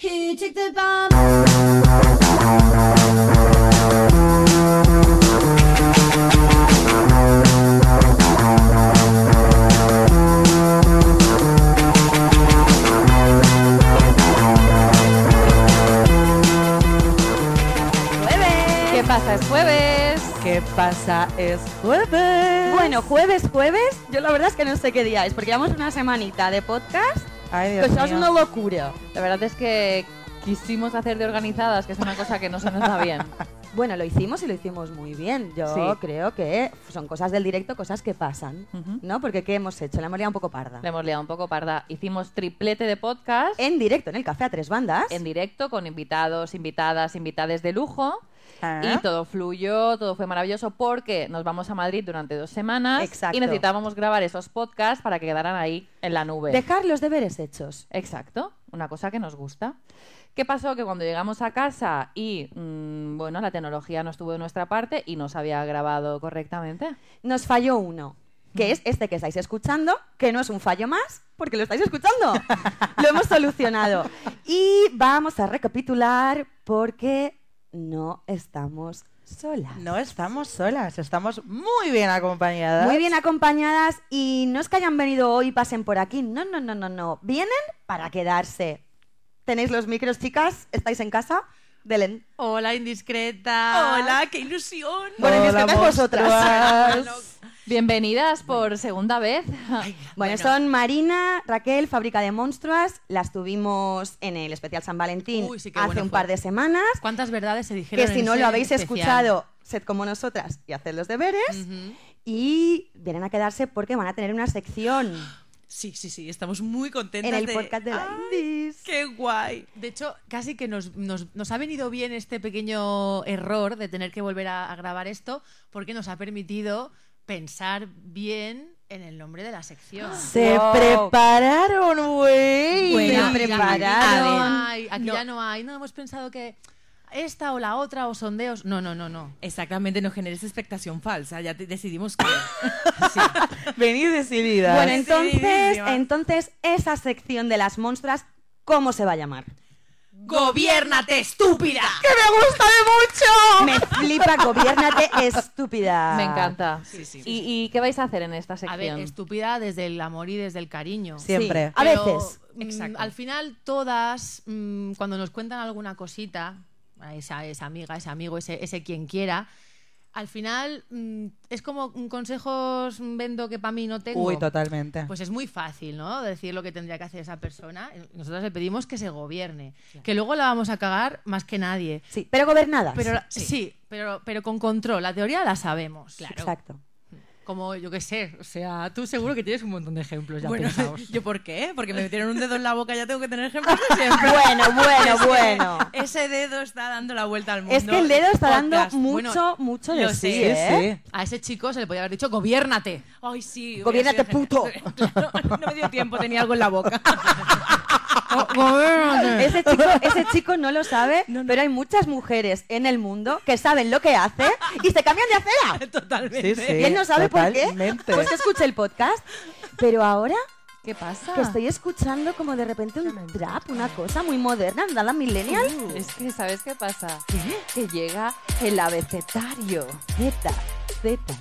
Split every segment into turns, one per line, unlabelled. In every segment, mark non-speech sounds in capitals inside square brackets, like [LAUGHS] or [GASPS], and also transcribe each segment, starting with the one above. Who took the bomb?
¿Qué pasa? Es jueves.
¿Qué pasa? Es jueves.
Bueno, jueves, jueves. Yo la verdad es que no sé qué día es, porque llevamos una semanita de podcast.
Ay, Dios
Pues es
mío.
una locura.
La verdad es que quisimos hacer de organizadas, que es una cosa que no se nos da bien.
Bueno, lo hicimos y lo hicimos muy bien. Yo
Sí.
creo que son cosas del directo, cosas que pasan.
Ujú.
¿No? Porque ¿qué hemos hecho? La hemos liado un poco parda.
Le hemos liado un poco parda. Hicimos triplete de podcast
En directo, en el café a tres bandas.
en directo con invitados, invitadas, invitades de lujo.
Ah.
Y todo fluyó, todo fue maravilloso porque nos vamos a Madrid durante dos semanas
Exacto.
y necesitábamos grabar esos podcasts para que quedaran ahí en la nube.
Dejar los deberes hechos.
Exacto, una cosa que nos gusta. ¿Qué pasó? Que cuando llegamos a casa y, mm, bueno, la tecnología no estuvo de nuestra parte y no se había grabado correctamente.
Nos falló uno. Que es este que estáis escuchando, que no es un fallo más, porque lo estáis
[LAUGHS]
escuchando. lo hemos solucionado. Y vamos a recapitular porque no estamos solas.
No estamos solas, estamos muy bien acompañadas.
Muy bien acompañadas y no es que hayan venido hoy y pasen por aquí. No, no, no, no, no. Vienen para quedarse. ¿Tenéis los micros, chicas? ¿Estáis en casa? Delen.
Hola, indiscreta. Hola, qué ilusión.
Bueno,
Hola,
indiscretas vosotras.
[LAUGHS]
monstruas.
Bienvenidas por segunda vez.
Bueno, son Marina, Raquel, Fábrica de Monstruas. Las tuvimos en el especial San Valentín
Uy, sí, qué
hace
bueno
un
fue.
par de semanas.
¿Cuántas verdades se dijeron?
Que si
en
no
ese
lo habéis
especial?
escuchado, sed como nosotras y haced los deberes.
Ujú.
Y vienen a quedarse porque van a tener una sección
Sí, sí, sí. Estamos muy contentas.
en el
de-
podcast de la
¡Ay,
Indies.
¡Qué guay! De hecho, casi que nos, nos- nos ha venido bien este pequeño error de tener que volver a, a grabar esto, porque nos ha permitido pensar bien en el nombre de la sección.
Se
Wow.
prepararon, güey.
Bueno,
Mira, mira,
se prepararon.
Aquí, no hay, aquí ya no hay. No hemos pensado que esta o la otra o sondeos. No, no, no, no.
Exactamente, nos genera esa expectación falsa. Ya te- decidimos que. Sí.
Venid decididas.
Bueno,
Sí,
entonces,
sí, sí, va.
entonces esa sección de las monstruas, ¿cómo se va a llamar?
¡Gobiérnate, estúpida!
Me flipa, gobiernate estúpida.
Me encanta.
Sí, sí.
¿Y, y qué vais a hacer en esta
A
sección?
ver, estúpida desde el amor y desde el cariño.
Sí. Siempre.
a
Pero,
veces.
mm,
Exacto.
al final, todas, mm, cuando nos cuentan alguna cosita, a esa, esa amiga, ese amigo, ese, ese quien quiera, al final mm, es como mm, consejos mm, vendo que para mí no tengo.
Uy, totalmente.
Pues es muy fácil, ¿no? Decir lo que tendría que hacer esa persona. Nosotros le pedimos que se gobierne. Que luego la vamos a cagar más que nadie.
Ah, Sí, pero gobernadas.
Pero la- sí, pero, pero con control. La teoría la sabemos.
Exacto.
Como yo qué sé. O sea, tú seguro que tienes un montón de ejemplos ya
Bueno,
pensados.
[LAUGHS] ¿yo por qué? Porque me metieron un dedo en la boca, ya tengo que tener ejemplos de siempre.
[LAUGHS] Bueno, bueno, bueno.
Ese dedo está dando la vuelta al mundo.
Es que el dedo está dando
Podcast.
mucho,
Bueno,
mucho de
lo
sí,
sé.
sí,
¿eh?
sí.
[LAUGHS] A ese chico se le podía haber dicho, gobiérnate.
Ay, sí.
Gobiérnate, puto.
[LAUGHS] Claro, no me dio tiempo, tenía algo en la boca.
Ese chico, [LAUGHS] ese chico no lo sabe, pero hay muchas mujeres en el mundo que saben lo que hace y se cambian de acera.
Sí,
[LAUGHS] Totalmente.
sí.
Y él no sabe por
totalmente.
qué. Pues que escuche el podcast. Pero ahora
¿Qué pasa?
que estoy escuchando como de repente un trap, una cosa muy moderna, anda la millennial.
Es que, ¿sabes qué pasa? Que llega el abecetario
Zeta, zeta,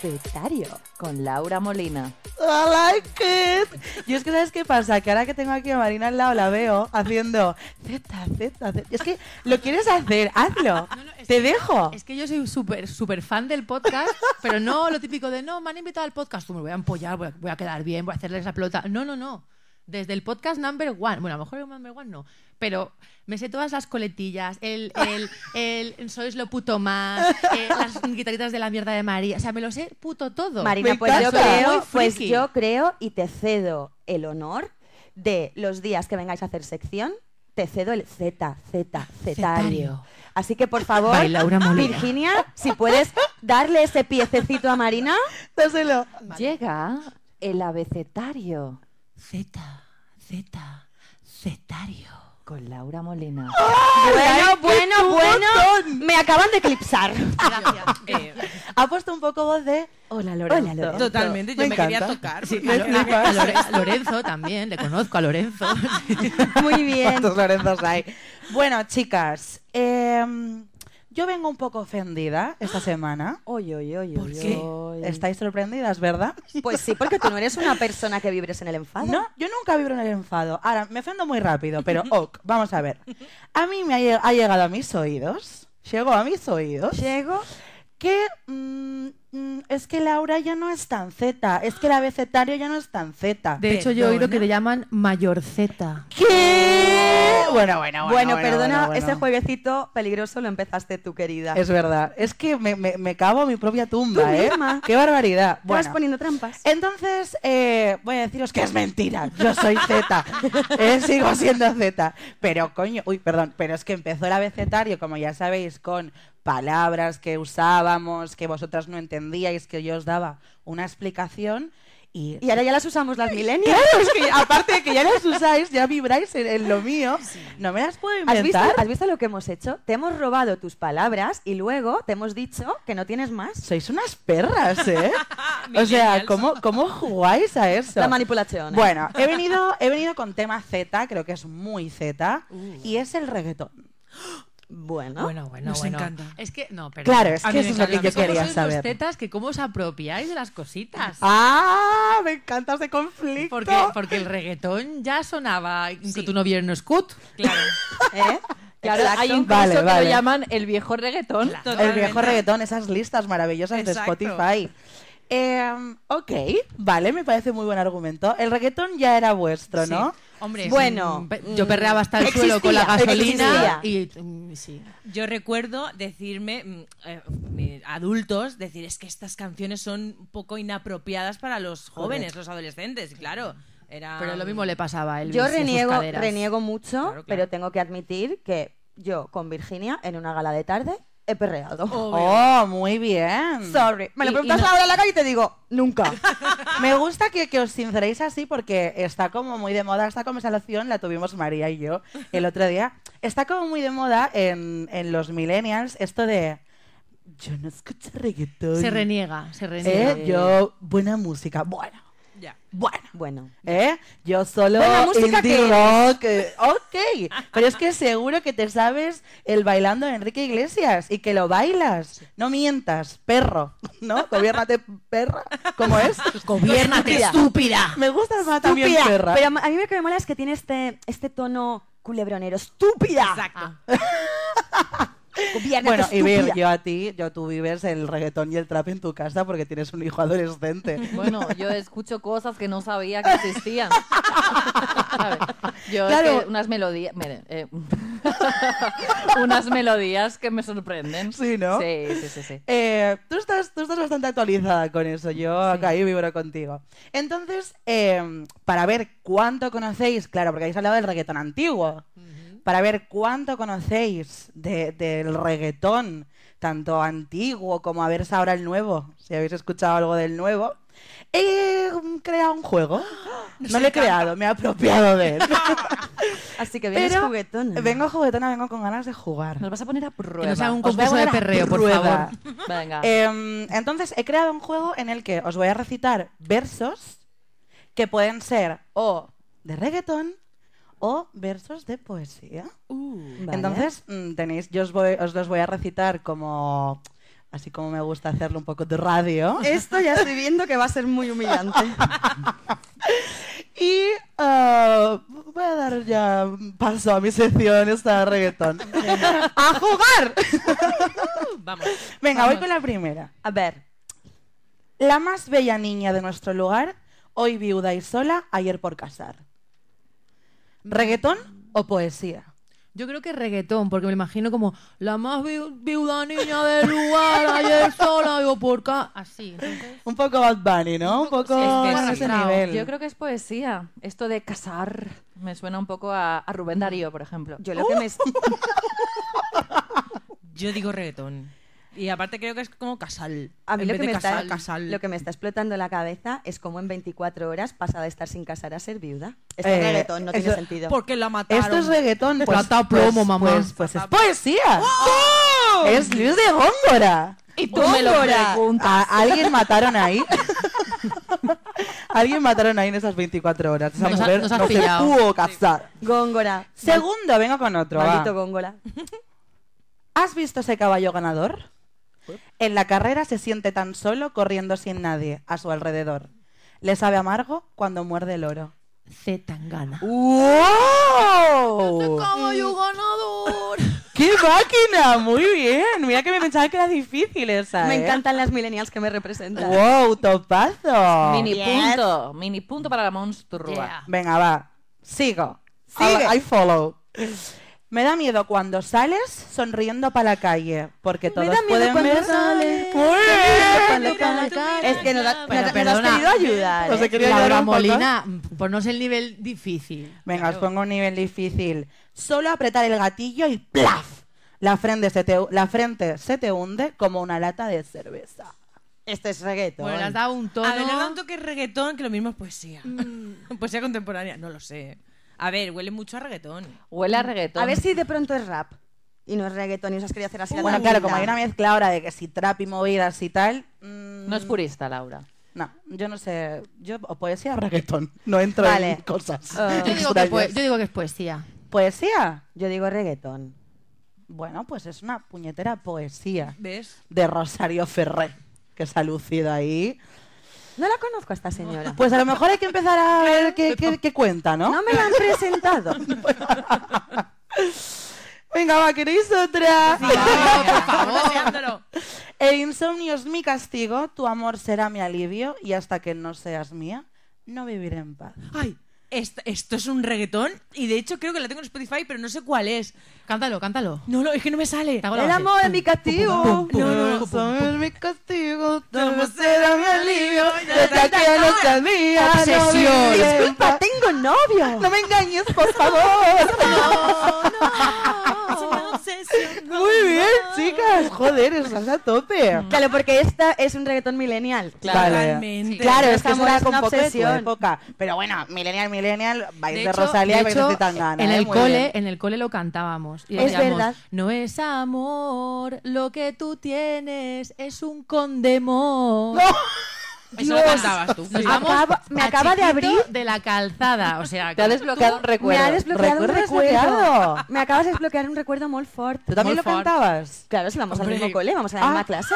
zetario.
con Laura Molina.
I like it. Yo es que, ¿sabes qué pasa? Que ahora que tengo aquí a Marina al lado, la veo haciendo Z, Z, Z. Es que lo quieres hacer, hazlo.
es
Te dejo.
Es que yo soy súper, súper fan del podcast, pero no lo típico de, no, me han invitado al podcast, tú me voy a empollar, voy a, voy a quedar bien, voy a hacerles la pelota. No, no, no. Desde el podcast number one, bueno, a lo mejor el number one no, pero me sé todas las coletillas, el, el, el sois lo puto más, eh, las guitaritas de la mierda de María, o sea, me lo sé puto todo.
Marina,
Me
pues yo
encanta.
creo,
Muy
pues
friki.
yo creo y te cedo el honor de los días que vengáis a hacer sección, te cedo el Z, Z, zetario.
Zetario.
Así que por favor,
By Laura Molina.
Virginia, si puedes darle ese piececito a Marina.
Dáselo.
Llega el abecetario
Z, Z, Zetario.
con Laura Molina.
Bueno, bueno, bueno. Me acaban de eclipsar.
Gracias.
Eh,
Ha puesto un poco voz de
Hola,
Lorenzo.
Totalmente, yo
Me
me, quería
encanta.
tocar.
Sí,
porque
a
me
Lo-
encanta.
a Lore- Lorenzo también, le conozco a Lorenzo.
Muy
[LAUGHS]
bien.
¿Cuántos Lorenzos hay? Bueno, chicas, em, yo vengo un poco ofendida
[GASPS]
esta semana.
Oy, oy, oy,
¿Por
oy,
qué?
oy.
Estáis sorprendidas, ¿verdad?
Pues sí, porque tú no eres una persona que vibres en el enfado.
No, yo nunca vibro en el enfado. Ahora, me ofendo muy
[LAUGHS]
rápido, pero ok, vamos a ver. A mí me ha, lle- ha llegado a mis oídos, llegó a mis oídos,
Llego.
que mm, mm, es que Laura ya no es tan Z, es que el abecetario ya no es tan Z.
De hecho, yo he oído que le llaman Mayor Z.
¿Qué? Bueno, bueno, Ah, bueno.
Bueno, perdona,
bueno, bueno.
ese jueguecito peligroso lo empezaste tú, querida.
[LAUGHS] Es verdad, es que me, me, me cavo mi propia tumba,
Tú
¿eh?
misma.
¡Qué barbaridad!
Te vas
Bueno,
poniendo trampas.
Entonces, eh, voy a deciros que es mentira. Yo soy Z.
[LAUGHS]
eh, sigo siendo Z. Pero, coño, uy, perdón, pero es que empezó el abecetario, como ya sabéis, con palabras que usábamos, que vosotras no entendíais, que yo os daba una explicación. Y,
Y ahora ya las usamos las millennials.
Claro, [LAUGHS] es que aparte de que ya las usáis, ya vibráis en, en lo mío, no me las puedo
¿Has visto,
inventar.
has visto lo que hemos hecho? Te hemos robado tus palabras y luego te hemos dicho que no tienes más.
Sois unas perras, ¿eh? o sea,
Millennials.
¿cómo, ¿cómo jugáis a eso?
La manipulación. ¿eh?
Bueno, he venido, he venido con tema Z, creo que es muy Z,
Uh.
y es el reggaetón.
[GASPS] Bueno.
Ah, Bueno, bueno,
Nos
bueno.
encanta.
Es que, no, perdón.
Claro, es
A
que eso
mí me
es lo que
encanta,
yo
a mí me
quería
¿Cómo sois los
saber.
tetas que cómo os apropiáis de las cositas?
¡Ah! Me encanta ese conflicto.
Porque, porque el reggaetón ya sonaba que tu novio era un scoot.
Claro.
¿Eh?
Claro,
Exacto.
hay incluso
Vale,
que
vale.
lo llaman el viejo reggaetón.
El
Totalmente.
viejo reggaetón, esas listas maravillosas
Exacto.
de Spotify. Em, ok, vale, me parece muy buen argumento. El reggaetón ya era vuestro,
Sí.
¿no?
Hombre,
Bueno,
mm, pe-
mm,
yo perreaba hasta el suelo
existía,
con la
existía.
gasolina y mm, sí.
Yo recuerdo decirme, mm, eh, eh, adultos, decir, es que estas canciones son un poco inapropiadas para los jóvenes, los adolescentes, y claro. Era...
Pero lo mismo le pasaba a Elvis.
Yo
y sus
reniego,
caderas.
reniego mucho,
Claro, claro.
pero tengo que admitir que yo con Virginia en una gala de tarde he perreado.
Oh, muy bien.
Sorry. Me lo preguntas ahora en la calle y te digo, nunca.
Me gusta que, que os sinceréis así porque está como muy de moda esta conversación, la tuvimos María y yo el otro día. Está como muy de moda en, en los millennials esto de yo no escucho reggaetón.
Se reniega, se reniega.
¿Eh? Yo, buena música, bueno,
Ya.
bueno.
Bueno.
¿Eh? Yo solo
Buena música
indie
que eres.
rock. eh, Ok, pero es que seguro que te sabes el bailando de Enrique Iglesias y que lo bailas. No mientas, perro, ¿no? Gobiérnate, perra.
[LAUGHS]
¿Cómo es?
¡Gobiérnate, estúpida!
Me gusta más también
Estúpida.
perra.
Pero a mí lo que me mola es que tiene este, este tono culebronero. ¡Estúpida!
Exacto.
[LAUGHS] Gobiérnate,
Bueno, y
estúpida.
ver, yo a ti, yo tú vives el reggaetón y el trap en tu casa porque tienes un hijo adolescente.
Bueno, yo escucho cosas que no sabía que existían. ¿Sabes? Yo es
Claro.
que unas melodías, mire, eh, [LAUGHS] unas melodías que me sorprenden.
Sí, ¿no?
Sí, sí, sí, sí.
Eh, tú, estás, tú estás bastante actualizada con eso, yo acá ahí vibro contigo. Entonces, eh, para ver cuánto conocéis, claro, porque habéis hablado del reggaetón antiguo, para ver cuánto conocéis de- del reggaetón, tanto antiguo como a ver si ahora el nuevo, si habéis escuchado algo del nuevo, he creado un
[GASPS]
juego. No lo he creado, me he
[LAUGHS]
apropiado de él.
Así que vienes
Pero
juguetona.
Vengo juguetona, vengo con ganas de jugar.
Nos vas a poner a prueba.
Que nos haga un
Os voy a
concurso de
poner a
perreo, por
prueba.
favor.
Venga.
Em, entonces, he creado un juego en el que os voy a recitar versos que pueden ser o de reggaetón o versos de poesía.
Vale.
[LAUGHS] Entonces, mm, tenéis, yo os, voy- os los voy a recitar como... Así como me gusta hacerlo un poco de radio.
Esto ya estoy viendo que va a ser muy humillante.
Y ah, voy a dar ya paso a mi sección esta de reggaetón. [LAUGHS] ¡A jugar!
Vamos.
Venga, voy con la primera.
A ver.
La más bella niña de nuestro lugar, hoy viuda y sola, ayer por casar. ¿Reggaetón o poesía?
Yo creo que reggaetón, porque me lo imagino como la más viu- viuda niña del lugar, ayer sola, yo por acá. Así, entonces.
Un poco Bad Bunny, ¿no? Un poco
es que
en
sí.
ese nivel.
Yo creo que es poesía. Esto de casar me suena un poco a, a Rubén Darío, por ejemplo.
Yo lo que me...
Yo digo reggaetón. Y aparte creo que es como casal.
A mí
En
lo
vez
que,
de
me
casal,
está,
casal.
lo que me está explotando la cabeza es cómo en 24 horas pasa de estar sin casar a ser viuda. Esto
Eh,
es reggaetón, no
eso-
tiene sentido.
¿Por qué la mataron?
Esto es reggaetón. Pues,
Plata o plomo, mamá.
Pues, pues es poesía. ¡Es Luis de Góngora.
Y tú me lo
Góngora.
preguntas.
¿A alguien mataron ahí? [LAUGHS] ¿Alguien mataron ahí en esas 24 horas? Esa
Nos ha-
mujer
nos has
no se
pillado.
pudo casar.
Góngora.
Segundo, vengo con otro. va.
Maldito góngora.
¿Has visto ese caballo ganador? En la carrera se siente tan solo corriendo sin nadie a su alrededor. Le sabe amargo cuando muerde el oro.
Z Tangana.
¡Wow!
¡Caballo ganador! [LAUGHS]
¡Qué máquina! Muy bien. Mira que me pensaba que era difícil esa.
Me
¿eh?
encantan las millennials que me representan.
¡Wow! ¡Topazo!
Mini
Yes.
punto, mini punto para la monstrua.
Yeah.
Venga, va. Sigo.
Sigue.
I, I follow. Me da miedo cuando sales sonriendo para la calle, porque todos
da miedo
pueden
cuando
ver.
sales
Muy bien.
Cuando cada- Es que nos, ha-
Pero
nos- nos has
perdona.
querido ayudar.
Os he
¿eh?
querido
Laura
ayudar un poco.
Molina, mm, ponnos el nivel difícil.
Venga, os pongo un nivel difícil. Solo apretar el gatillo y ¡plaf! La frente se te, la frente se te hunde como una lata de cerveza. Este es reggaetón.
Bueno, le has dado un tono.
A ver, no tanto que reggaetón, que lo mismo es poesía. [LAUGHS] poesía contemporánea, no lo sé. A ver, huele mucho a reggaetón.
Huele a reggaetón.
A ver si de pronto es rap y no es reggaetón y os has querido hacer así la
bueno, claro,
tranquila.
como hay una mezcla ahora de que si trap y movidas y tal... mm,
No es purista, Laura.
No, yo no sé. Yo o poesía o reggaetón.
[LAUGHS]
No entro en
Vale. Ah.
cosas.
yo, digo que
extrañas.
poe- yo digo que es poesía.
¿Poesía?
Yo digo reggaetón.
Bueno, pues es una puñetera poesía
¿Ves?
de Rosario Ferré, que se ha lucido ahí.
No la conozco a esta señora.
Pues a lo mejor hay que empezar
[LAUGHS]
a ver qué, qué- qué cuenta, ¿no?
No me la han presentado.
Venga, va, ¿queréis otra?
[LAUGHS] por favor, deseándolo.
El insomnio es mi castigo, tu amor será mi alivio y hasta que no seas mía, no viviré en paz.
Ay, esto, esto es un reggaetón y de hecho creo que la tengo en Spotify, pero no sé cuál es.
Cántalo, cántalo.
No, no, es que no me sale.
Te hago la
El
base.
amor es mi castigo.
No, no, no.
El insomnio es mi castigo, tu amor será mi alivio y hasta que no seas mía, no
Obsesión.
viviré en
Disculpa,
paz.
tengo novio.
No me engañes, por favor.
Es una obsesión.
Muy bien, chicas. Joder, estás a tope.
Claro, porque esta es un reggaetón millennial.
Totalmente. Sí.
Claro, es que
Estamos
será
en
con
una
poco de tu
obsesión.
época. Pero bueno, millennial, millennial, vais de,
De hecho-
Rosalía
de
y vais
hecho,
de Tangana.
En
¿eh?
el
Muy
cole,
bien.
en el cole lo cantábamos. Y
Es
decíamos,
verdad.
No es amor lo que tú tienes, es un condemor.
Eso lo cantabas tú.
Nos
Sí.
vamos
Acaba- me
a
acaba de
chiquito
abrir.
de la calzada, o sea,
Te ha
que-
desbloqueado un recuerdo.
Me ha desbloqueado un
Recuerdo
recuerdo.
desbloqueado.
Me acabas de desbloquear un recuerdo muy fuerte.
¿Tú también lo
Muy fuerte.
cantabas?
Claro, si vamos
Hombre.
al mismo cole, vamos a la misma clase.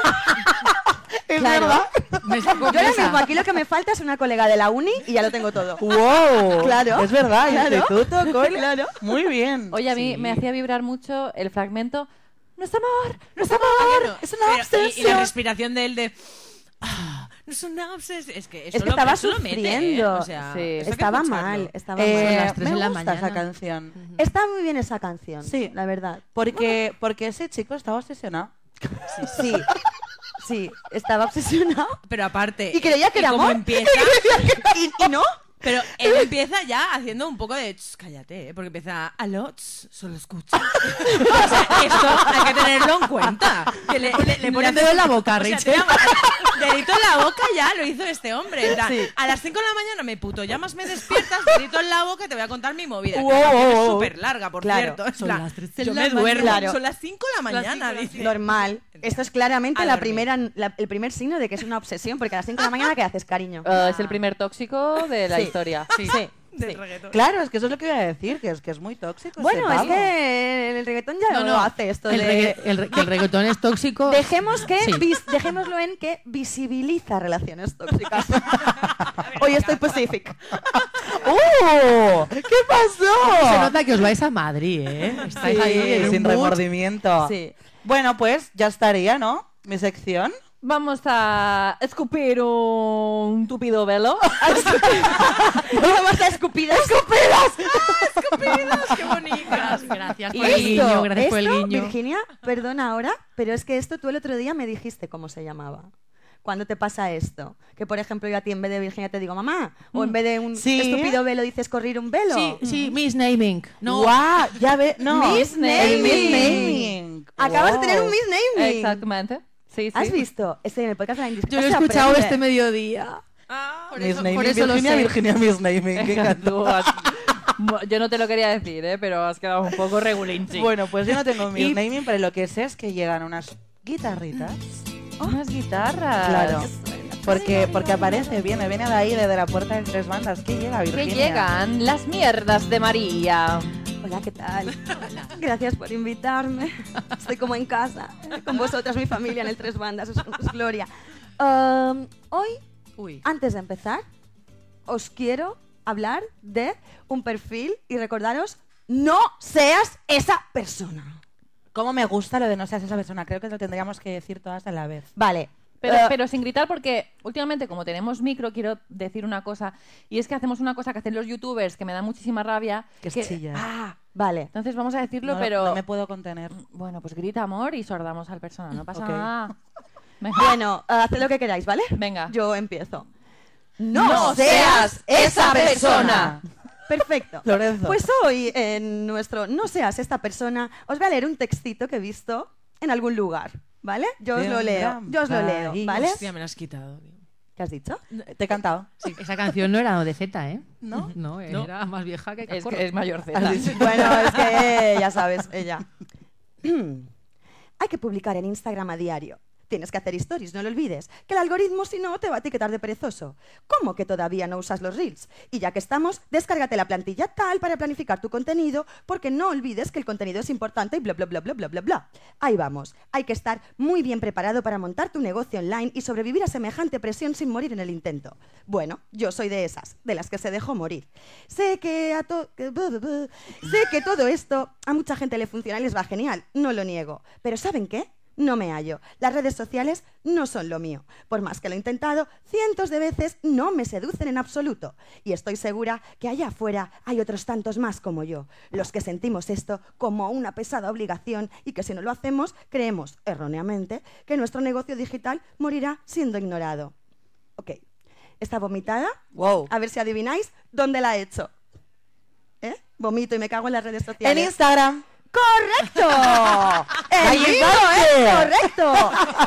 ¿Es
Claro.
verdad?
me sacó
Yo ahora
presa.
mismo aquí lo que me falta es una colega de la uni y ya lo tengo todo.
¡Wow!
Claro.
Es verdad,
Claro.
instituto, cole. Muy bien.
Oye, a mí
Sí.
me hacía vibrar mucho el fragmento. No es amor, no es amor, es una
Pero- y- Y, la
obsesión.
respiración de él de. "Ah, no es una obsesión. Es que, eso
Es que
lo-
estaba
eso lo mete, ¿eh?
sufriendo.
O sea,
Sí.
eso hay que
Estaba
escucharlo.
mal, estaba
Eh,
mal.
las tres
me
de la
gusta
mañana. Mm.
esa canción.
Está muy bien esa canción,
Sí.
la verdad.
Porque, porque ese chico estaba obsesionado.
Sí, sí, estaba obsesionado.
Pero aparte.
Y creía que era
cómo
amor.
empieza.
[LAUGHS] ¿Y, y no?
Pero él empieza ya haciendo un poco de. "Ch, cállate, ¿eh? porque empieza. Aló, ch, solo escucha. [LAUGHS] o sea, esto hay que tenerlo en cuenta. Que le, le,
le pone el dedo en la boca, Rachel.
Richard. Dedito en la boca ya lo hizo este hombre. en plan, A las 5 de la mañana me puto llamas, me despiertas, dedito en la boca, te voy a contar mi movida. que
Wow,
la canción
wow,
es
wow.
súper larga, por
Claro.
cierto. en
Son
plan,
las tres de
yo
la
me
mañana.
duermo.
Claro.
Son las 5 de la
Las
mañana.
cinco, las
dice.
Normal. Esto es
A
claramente la
dormir.
primera, la- el primer signo de que es una obsesión, porque a las 5 de la mañana, ¿qué haces, cariño?
Eh, es el primer tóxico de la
Sí.
historia.
Sí.
Del
sí.
reggaetón.
Claro, es que eso es lo que iba a decir, que es que es muy tóxico.
Bueno,
ese
es
pavo.
que el reggaetón ya
No,
[LAUGHS] no,
no,
lo hace esto.
el,
de-
regga- el re- que el reggaetón es tóxico.
Dejemos que
Sí.
vis- dejémoslo en que visibiliza relaciones tóxicas. Hoy estoy Pacific.
¡Oh! ¿Qué pasó?
Se nota que os vais a Madrid, ¿eh? Estáis
Sí,
ahí en un
sin
mood.
remordimiento.
Sí.
Bueno, pues ya estaría, ¿no? Mi sección.
Vamos a escupir un tupido
[LAUGHS]
velo.
Vamos a escupidas.
Pilas, ¡Qué
Gracias
bonitas!
por el guiño,
Esto,
gracias por el
esto,
guiño.
Virginia, perdona ahora, pero es que esto tú el otro día me dijiste cómo se llamaba. Cuando te pasa esto, que por ejemplo yo a ti en vez de Virginia te digo mamá, o en vez de un
Sí.
estúpido velo dices correr un velo.
Mm. Sí, sí, misnaming. No,
¡Guau! Ya ve. No.
Miss
El Miss
Naming.
Naming.
Acabas de tener un
Wow.
misnaming.
Exactamente. Sí, sí.
¿Has visto? Este en el podcast de la
yo lo he
indiscreción se
escuchado
aprende.
este mediodía.
Ah,
Miss Naming.
por eso lo
Virginia,
sé.
Virginia, Miss Naming.
[LAUGHS]
Qué gato.
Tú has- Mo- Yo no te lo quería decir, ¿eh? pero has quedado un poco regulinchi.
Bueno, pues yo no tengo Miss Naming, pero lo que sé es que llegan unas guitarritas
unas guitarras.
Claro. Porque, porque aparece, viene, viene de ahí, desde la puerta de tres bandas. ¿Qué llega,
Que
Virginia?
llegan las mierdas de María.
Hola, ¿qué tal? Gracias por invitarme. Estoy como en casa, con vosotras, mi familia, en el Tres Bandas. Es, es gloria. Um, hoy,
Uy.
antes de empezar, os quiero hablar de un perfil y recordaros, no seas esa persona.
¿Cómo me gusta lo de no seas esa persona? Creo que lo tendríamos que decir todas a la vez.
Vale.
Pero,
eh,
pero sin gritar, porque últimamente, como tenemos micro, quiero decir una cosa. Y es que hacemos una cosa que hacen los youtubers que me da muchísima rabia.
Que es chillar.
Ah,
vale.
entonces vamos a decirlo,
No-
pero.
no me puedo contener.
Bueno, pues grita amor y sordamos al personal, no pasa
Ok.
[LAUGHS] nada. Venga.
Bueno, eh, haced lo que queráis, ¿vale?
Venga.
Yo empiezo.
No seas esa persona. [LAUGHS]
Perfecto.
Lorenzo.
Pues hoy en nuestro No seas esta persona, os voy a leer un textito que he visto en algún lugar, ¿vale? Yo os
De
lo
un
leo,
gran
yo os lo leo,
país.
¿vale?
Hostia, me la has quitado. tío.
¿Qué has dicho?
Te he cantado.
Sí, esa canción no era de Z, ¿eh?
¿No?
[LAUGHS] No, era más vieja que
Es,
Cacorro.
que es mayor Z.
Bueno, es que eh, ya sabes, ella. [CLEARS THROAT] Hay que publicar en Instagram a diario. Tienes que hacer stories, no lo olvides, que el algoritmo si no te va a etiquetar de perezoso. ¿Cómo que todavía no usas los reels? Y ya que estamos, descárgate la plantilla tal para planificar tu contenido, porque no olvides que el contenido es importante y bla bla bla bla bla bla bla. Ahí vamos. Hay que estar muy bien preparado para montar tu negocio online y sobrevivir a semejante presión sin morir en el intento. Bueno, yo soy de esas, de las que se dejó morir. Sé que a to- que bu, bu, bu. sé que todo esto a mucha gente le funciona y les va genial, no lo niego, pero ¿saben qué? No me hallo. Las redes sociales no son lo mío. Por más que lo he intentado, cientos de veces no me seducen en absoluto. Y estoy segura que allá afuera hay otros tantos más como yo, los que sentimos esto como una pesada obligación y que si no lo hacemos, creemos erróneamente que nuestro negocio digital morirá siendo ignorado. Ok. ¿Está vomitada?
Wow.
A ver si adivináis dónde la he hecho. ¿Eh? Vomito y me cago en las redes
En
sociales.
Instagram.
¡Correcto!
[LAUGHS]
¡El
Ahí
bingo
está.
es ¿eh?
[LAUGHS]
correcto!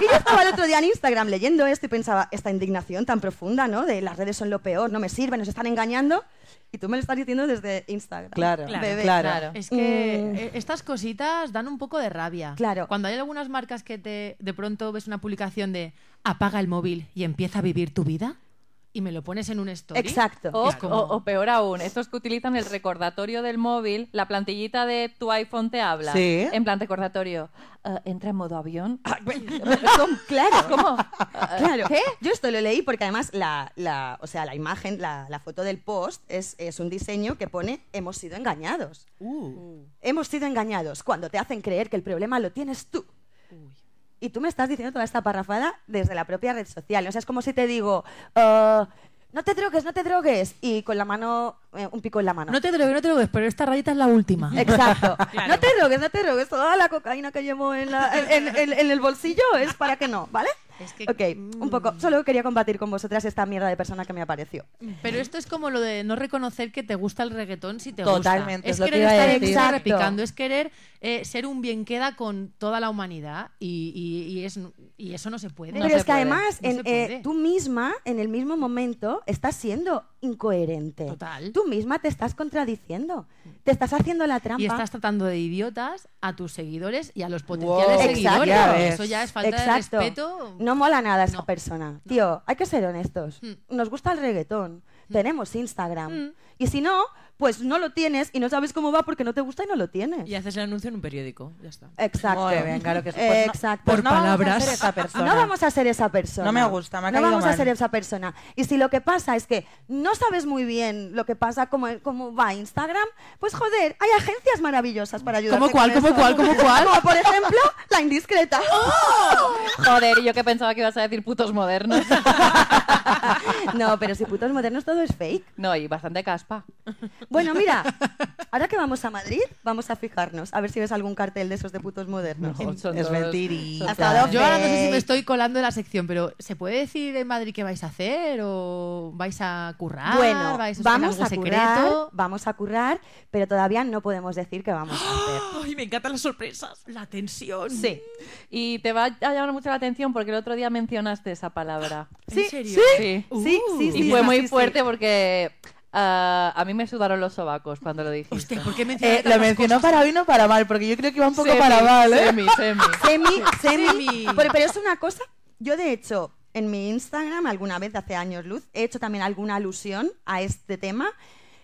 Y yo estaba el otro día en Instagram leyendo esto y pensaba, esta indignación tan profunda, ¿no? De las redes son lo peor, no me sirven, nos están engañando. Y tú me lo estás diciendo desde Instagram.
Claro,
Bebé. Mm.
claro.
Claro.
Es que eh, estas cositas dan un poco de rabia.
Claro.
Cuando hay algunas marcas que te de pronto ves una publicación de apaga el móvil y empieza a vivir tu vida y me lo pones en un story.
Exacto.
O,
Es como-
o- o peor aún, estos que utilizan el recordatorio del móvil, la plantillita de tu iPhone te habla.
Sí.
En plan recordatorio. eh, entra en modo
[LAUGHS]
avión. [LAUGHS]
Com- Ah, claro.
¿Cómo?
[LAUGHS]
[LAUGHS]
Claro. Yo esto lo leí porque además la, la- o sea, la imagen, la, la foto del post es, es un diseño que pone hemos sido engañados. Hemos sido engañados cuando te hacen creer que el problema lo tienes tú. Y tú me estás diciendo toda esta parrafada desde la propia red social. O sea, es como si te digo, "Ah, no te drogues, no te drogues. Y con la mano, eh, un pico en la mano.
No te drogues, no te drogues, pero esta rayita es la última. [LAUGHS]
Exacto.
Claro.
No te rogues, no te rogues. Toda la cocaína que llevo en, la- en- en- en- en el bolsillo es para que no, ¿vale?
Es que- mm.
ok, un poco. Solo quería combatir con vosotras esta mierda de persona que me apareció.
Pero esto es como lo de no reconocer que te gusta el reggaetón si te
Totalmente, es
gusta.
lo
Es
que
querer
iba a
estar
decir.
estar
Exacto.
repicando, es querer eh, ser un bien queda con toda la humanidad y, y- y es, y eso no se puede.
No
Pero
se
es que
puede,
además
no
en,
se
eh,
puede.
tú misma, en el mismo momento, estás siendo incoherente.
Total.
Tú misma te estás contradiciendo. Te estás haciendo la trampa.
Y estás tratando de idiotas a tus seguidores y a los potenciales
Wow.
seguidores.
Exacto.
Ya ves.
Eso ya es falta
Exacto.
de respeto.
No mola nada esa
No.
persona. Tío, hay que ser honestos.
Mm.
Nos gusta el reggaetón.
Hmm.
Tenemos Instagram.
Mm.
Y si no, pues no lo tienes y no sabes cómo va porque no te gusta y no lo tienes.
Y haces el anuncio en un periódico. Ya está.
Exacto.
Muy bien, claro que sí.
Eh,
Pues no-
Exacto.
pues
Por
no vamos a
palabras.
ser esa persona.
No vamos a ser esa persona.
No me gusta, me ha
No
caído
vamos a
mal.
ser esa persona. Y si lo que pasa es que no sabes muy bien lo que pasa, cómo, cómo va Instagram, pues joder, hay agencias maravillosas para ayudarte.
¿Cómo cuál,
con
cómo
esto.
cuál, cómo cuál?
[LAUGHS] Como por ejemplo, la indiscreta.
¡Oh!
Joder, yo que pensaba que ibas a decir putos modernos. [LAUGHS]
[LAUGHS] No, pero si putos modernos todo es fake.
No, y
[LAUGHS]
bastante caspa.
Bueno, mira, ahora que vamos a Madrid, vamos a fijarnos, a ver si ves algún cartel de esos de putos modernos.
No, Pues son
es
todos-
mentirita.
son
Hasta
todos-
dónde-
Yo ahora no sé si
Hombre.
me estoy colando de la sección, pero ¿se puede decir en Madrid qué vais a hacer? ¿O vais a currar?
Bueno,
Ah, ¿Vais a hacer
vamos
algo
a currar,
secreto?
vamos a currar, pero todavía no podemos decir
[GASPS]
que vamos a hacer.
Ay, me encantan las sorpresas. La tensión.
Sí. Y te va a llamar mucho la atención porque el otro día mencionaste esa palabra.
¿En
Sí,
serio?
Sí.
Sí, Uh,
Uh.
sí, sí.
Y fue
sí,
muy
sí,
fuerte porque ah, a mí me sudaron los sobacos cuando lo dijiste.
Hostia, ¿por qué mencionas
Eh, lo mencionó para bien o para mal, porque yo creo que iba un poco
Semi,
para mal, ¿eh?
Semi, semi.
Semi, semi.
Semi.
Pero, pero es una cosa Yo, de hecho, en mi Instagram, alguna vez, hace años luz, he hecho también alguna alusión a este tema.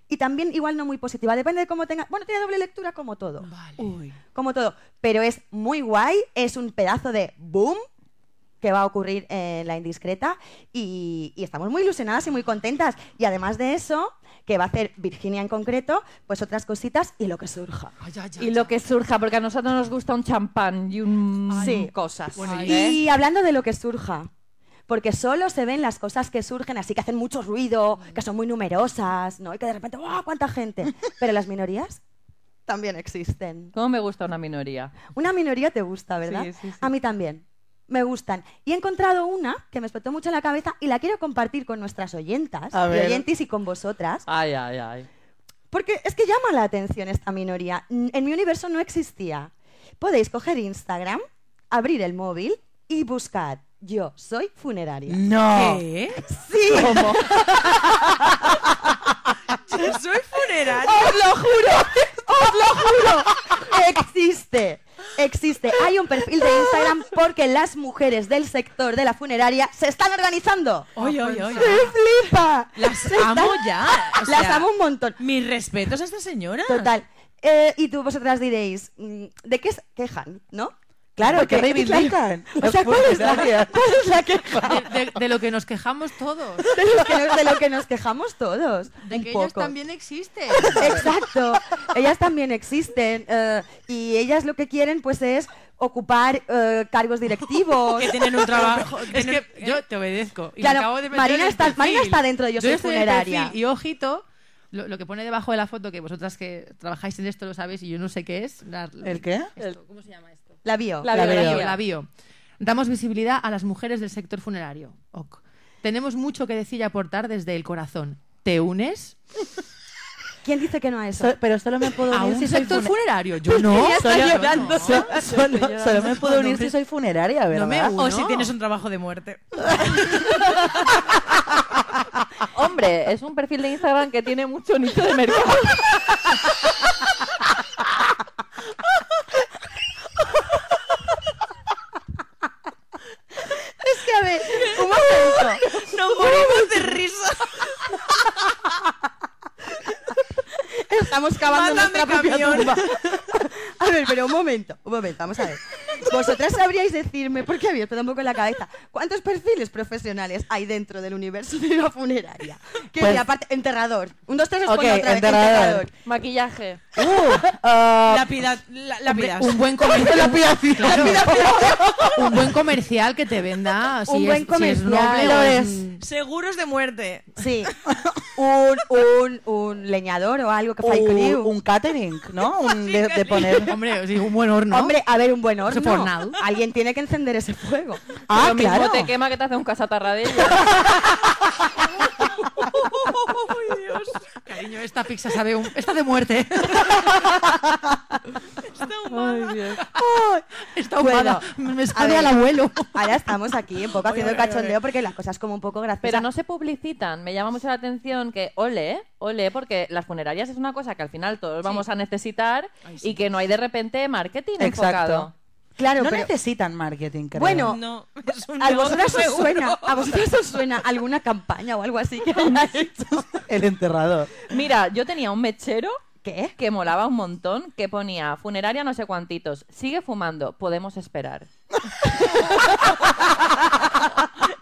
Y también, igual no muy positiva, depende de cómo tenga. Bueno, tiene doble lectura como todo.
Vale.
Como todo. Pero es muy guay, es un pedazo de boom que va a ocurrir en La Indiscreta. Y, y estamos muy ilusionadas y muy contentas. Y además de eso, que va a hacer Virginia en concreto, pues otras cositas y lo que surja.
Ay, ya, ya,
[LAUGHS] Y
ya.
lo que surja, porque a nosotros nos gusta un champán y un
Sí.
cosas.
Bueno, y-
¿eh?
Y hablando de lo que surja, porque solo se ven las cosas que surgen, así que hacen mucho ruido, que son muy numerosas, ¿no? Y que de repente, ¡guau, cuánta
[LAUGHS]
gente! Pero las minorías también existen.
¿Cómo me gusta una minoría?
Una minoría te gusta, ¿verdad?
Sí, sí, sí.
A mí también. Me gustan. Y he encontrado una que me explotó mucho en la cabeza y la quiero compartir con nuestras oyentas,
A
y
ver.
oyentis y con vosotras,
Ay, ay, ay.
porque es que llama la atención esta minoría. N- En mi universo no existía. Podéis coger Instagram, abrir el móvil y buscar Yo soy funeraria.
Mm.
No.
¿Qué? [LAUGHS]
Sí,
Yo soy funeraria.
os lo juro, os lo juro. Existe, existe. Hay un perfil de Instagram porque las mujeres del sector de la funeraria se están organizando.
Oye, oye, oye.
¡Me flipa!
Las
Se están-
amo ya. o
Las
sea,
amo un montón.
Mis respetos a esta señora.
Total. Eh, y tú vosotras diréis, mm, ¿de qué se quejan? ¿No? Claro,
Porque
que
reivindican
O sea,
las
¿cuál es, la,
funerarias.
cuál es la [LAUGHS] queja?
De, de- de lo que nos quejamos todos.
[LAUGHS] De lo que nos, de lo que nos quejamos todos.
De
un
que
poco.
ellas también existen.
Exacto. Ellas también existen. eh, y ellas lo que quieren, pues, es ocupar eh, cargos
[LAUGHS]
directivos.
Que tienen un trabajo.
Es
tienen-
que yo te obedezco. Y
Claro,
me acabo de meter
Marina
en el
está-
perfil.
Marina está dentro de Yo soy
estoy en el
funeraria.
este perfil Y ojito, lo, lo que pone debajo de la foto, que vosotras que trabajáis en esto lo sabéis y yo no sé qué es. la-
¿El qué?
esto, ¿Cómo se llama esto?
La bio.
La
La
bio,
bio,
bio.
la bio. Damos visibilidad a las mujeres del sector funerario. Ok. Tenemos mucho que decir y aportar desde el corazón. ¿Te unes
¿Quién dice que no a eso?
So- pero solo me puedo
a
unir
un
si soy
sector funerario?
funeraria.
Yo
Pues
no.
Solo,
yo no.
solo, solo- solo me puedo unir si soy funeraria, ¿verdad?
No me uno.
O si tienes un trabajo de
[LAUGHS]
muerte.
Hombre, es un perfil de Instagram que tiene mucho nicho de mercado.
Es que, a ver,
[LAUGHS]
un momento.
No morimos
[LAUGHS]
de risa.
Estamos cavando
Mátame,
nuestra propia
camión.
tumba. A ver, pero un momento, un momento, vamos a ver. Vosotras sabríais decirme, porque había estado un poco en la cabeza, ¿cuántos perfiles profesionales hay dentro del universo de una funeraria? Que
Pues-
decir, aparte, enterrador. Un, dos, tres, responde
Ok,
otra vez.
enterrador.
[LAUGHS] Maquillaje.
Ah,
Lapida- la-
Hombre,
Lapidas.
un
[LAUGHS]
buen comercial. Claro. un buen comercial que te venda. Si
Un
es,
buen
si es
comercial.
noble o
Lo
es-
Seguros de muerte.
Sí. Un, un, un leñador o algo que fue
Un, un catering, ¿no? Un de, de
[LAUGHS]
poner.
Hombre, sí, un buen horno.
Hombre, a ver, un buen horno.
fornal.
Alguien tiene que encender ese fuego.
Ah,
Lo mismo
claro.
te quema que te hace un [LAUGHS] casatarradillo.
Uy, Dios.
Cariño, esta pizza sabe un... Está de muerte.
Está humana.
Está humada.
Bueno,
Me
a
sabe
ver.
al abuelo.
Ahora estamos aquí un poco haciendo cachondeo porque las cosas como un poco graciosas.
Pero no se publicitan. Me llama mucho la atención que ole, ole, porque las funerarias es una cosa que al final todos vamos a necesitar y que no hay de repente marketing
Exacto.
enfocado.
Claro,
No
pero...
necesitan marketing, creo.
Bueno,
No, es un
¿A
negocio
vosotras, os
seguro.
suena, ¿A vosotras os suena alguna campaña o algo así
[LAUGHS]
que hayáis hecho?
[LAUGHS] El enterrador.
Mira, yo tenía un mechero
¿Qué?
que molaba un montón, que ponía funeraria no sé cuantitos, sigue fumando, podemos esperar.
[LAUGHS]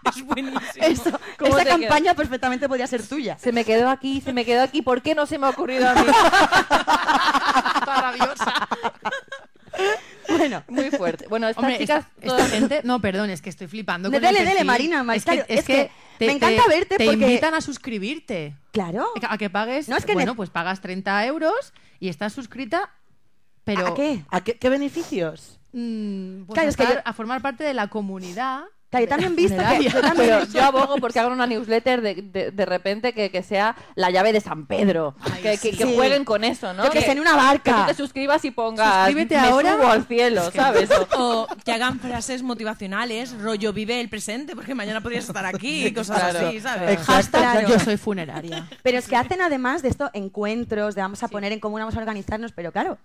Es buenísimo.
Eso,
¿Cómo
esa
te queda?
campaña perfectamente podría ser tuya.
Se me quedó aquí, se me quedó aquí, ¿por qué no se me ha ocurrido a mí?
Bueno,
Muy fuerte. Bueno, estas
Hombre,
chicas,
esta,
todas-
esta gente... No, perdón, es que estoy flipando.
Dele,
con el
dele,
perfil.
Marina, Mar-
Es
claro,
que, es
es que
que te-
me encanta
te-
verte
Te
porque-
invitan a suscribirte.
claro.
A que pagues...
No, es que
bueno,
ne-
pues pagas 30 euros y estás suscrita, pero...
¿A qué?
¿A qué, qué beneficios?
mm, pues
Claro,
a,
es que yo-
estar- a formar parte de la comunidad.
Claro, yo también he visto que...
[LAUGHS]
Yo también,
Pero yo abogo porque hagan una newsletter de, de, de repente que, que sea la llave de San Pedro. que, que- que
sí.
jueguen con eso, ¿no?
Yo que sé, en una
que tú
barca.
te suscribas y pongas
Suscríbete
me
ahora".
subo al cielo, ¿sabes? O-
O que hagan frases motivacionales, rollo vive el presente, porque mañana podrías estar aquí y cosas así, ¿sabes?
Exacto.
Hashtag [LAUGHS]
Claro.
yo soy funeraria.
Pero es que hacen además de esto encuentros, de vamos a poner en común, vamos a organizarnos, pero claro,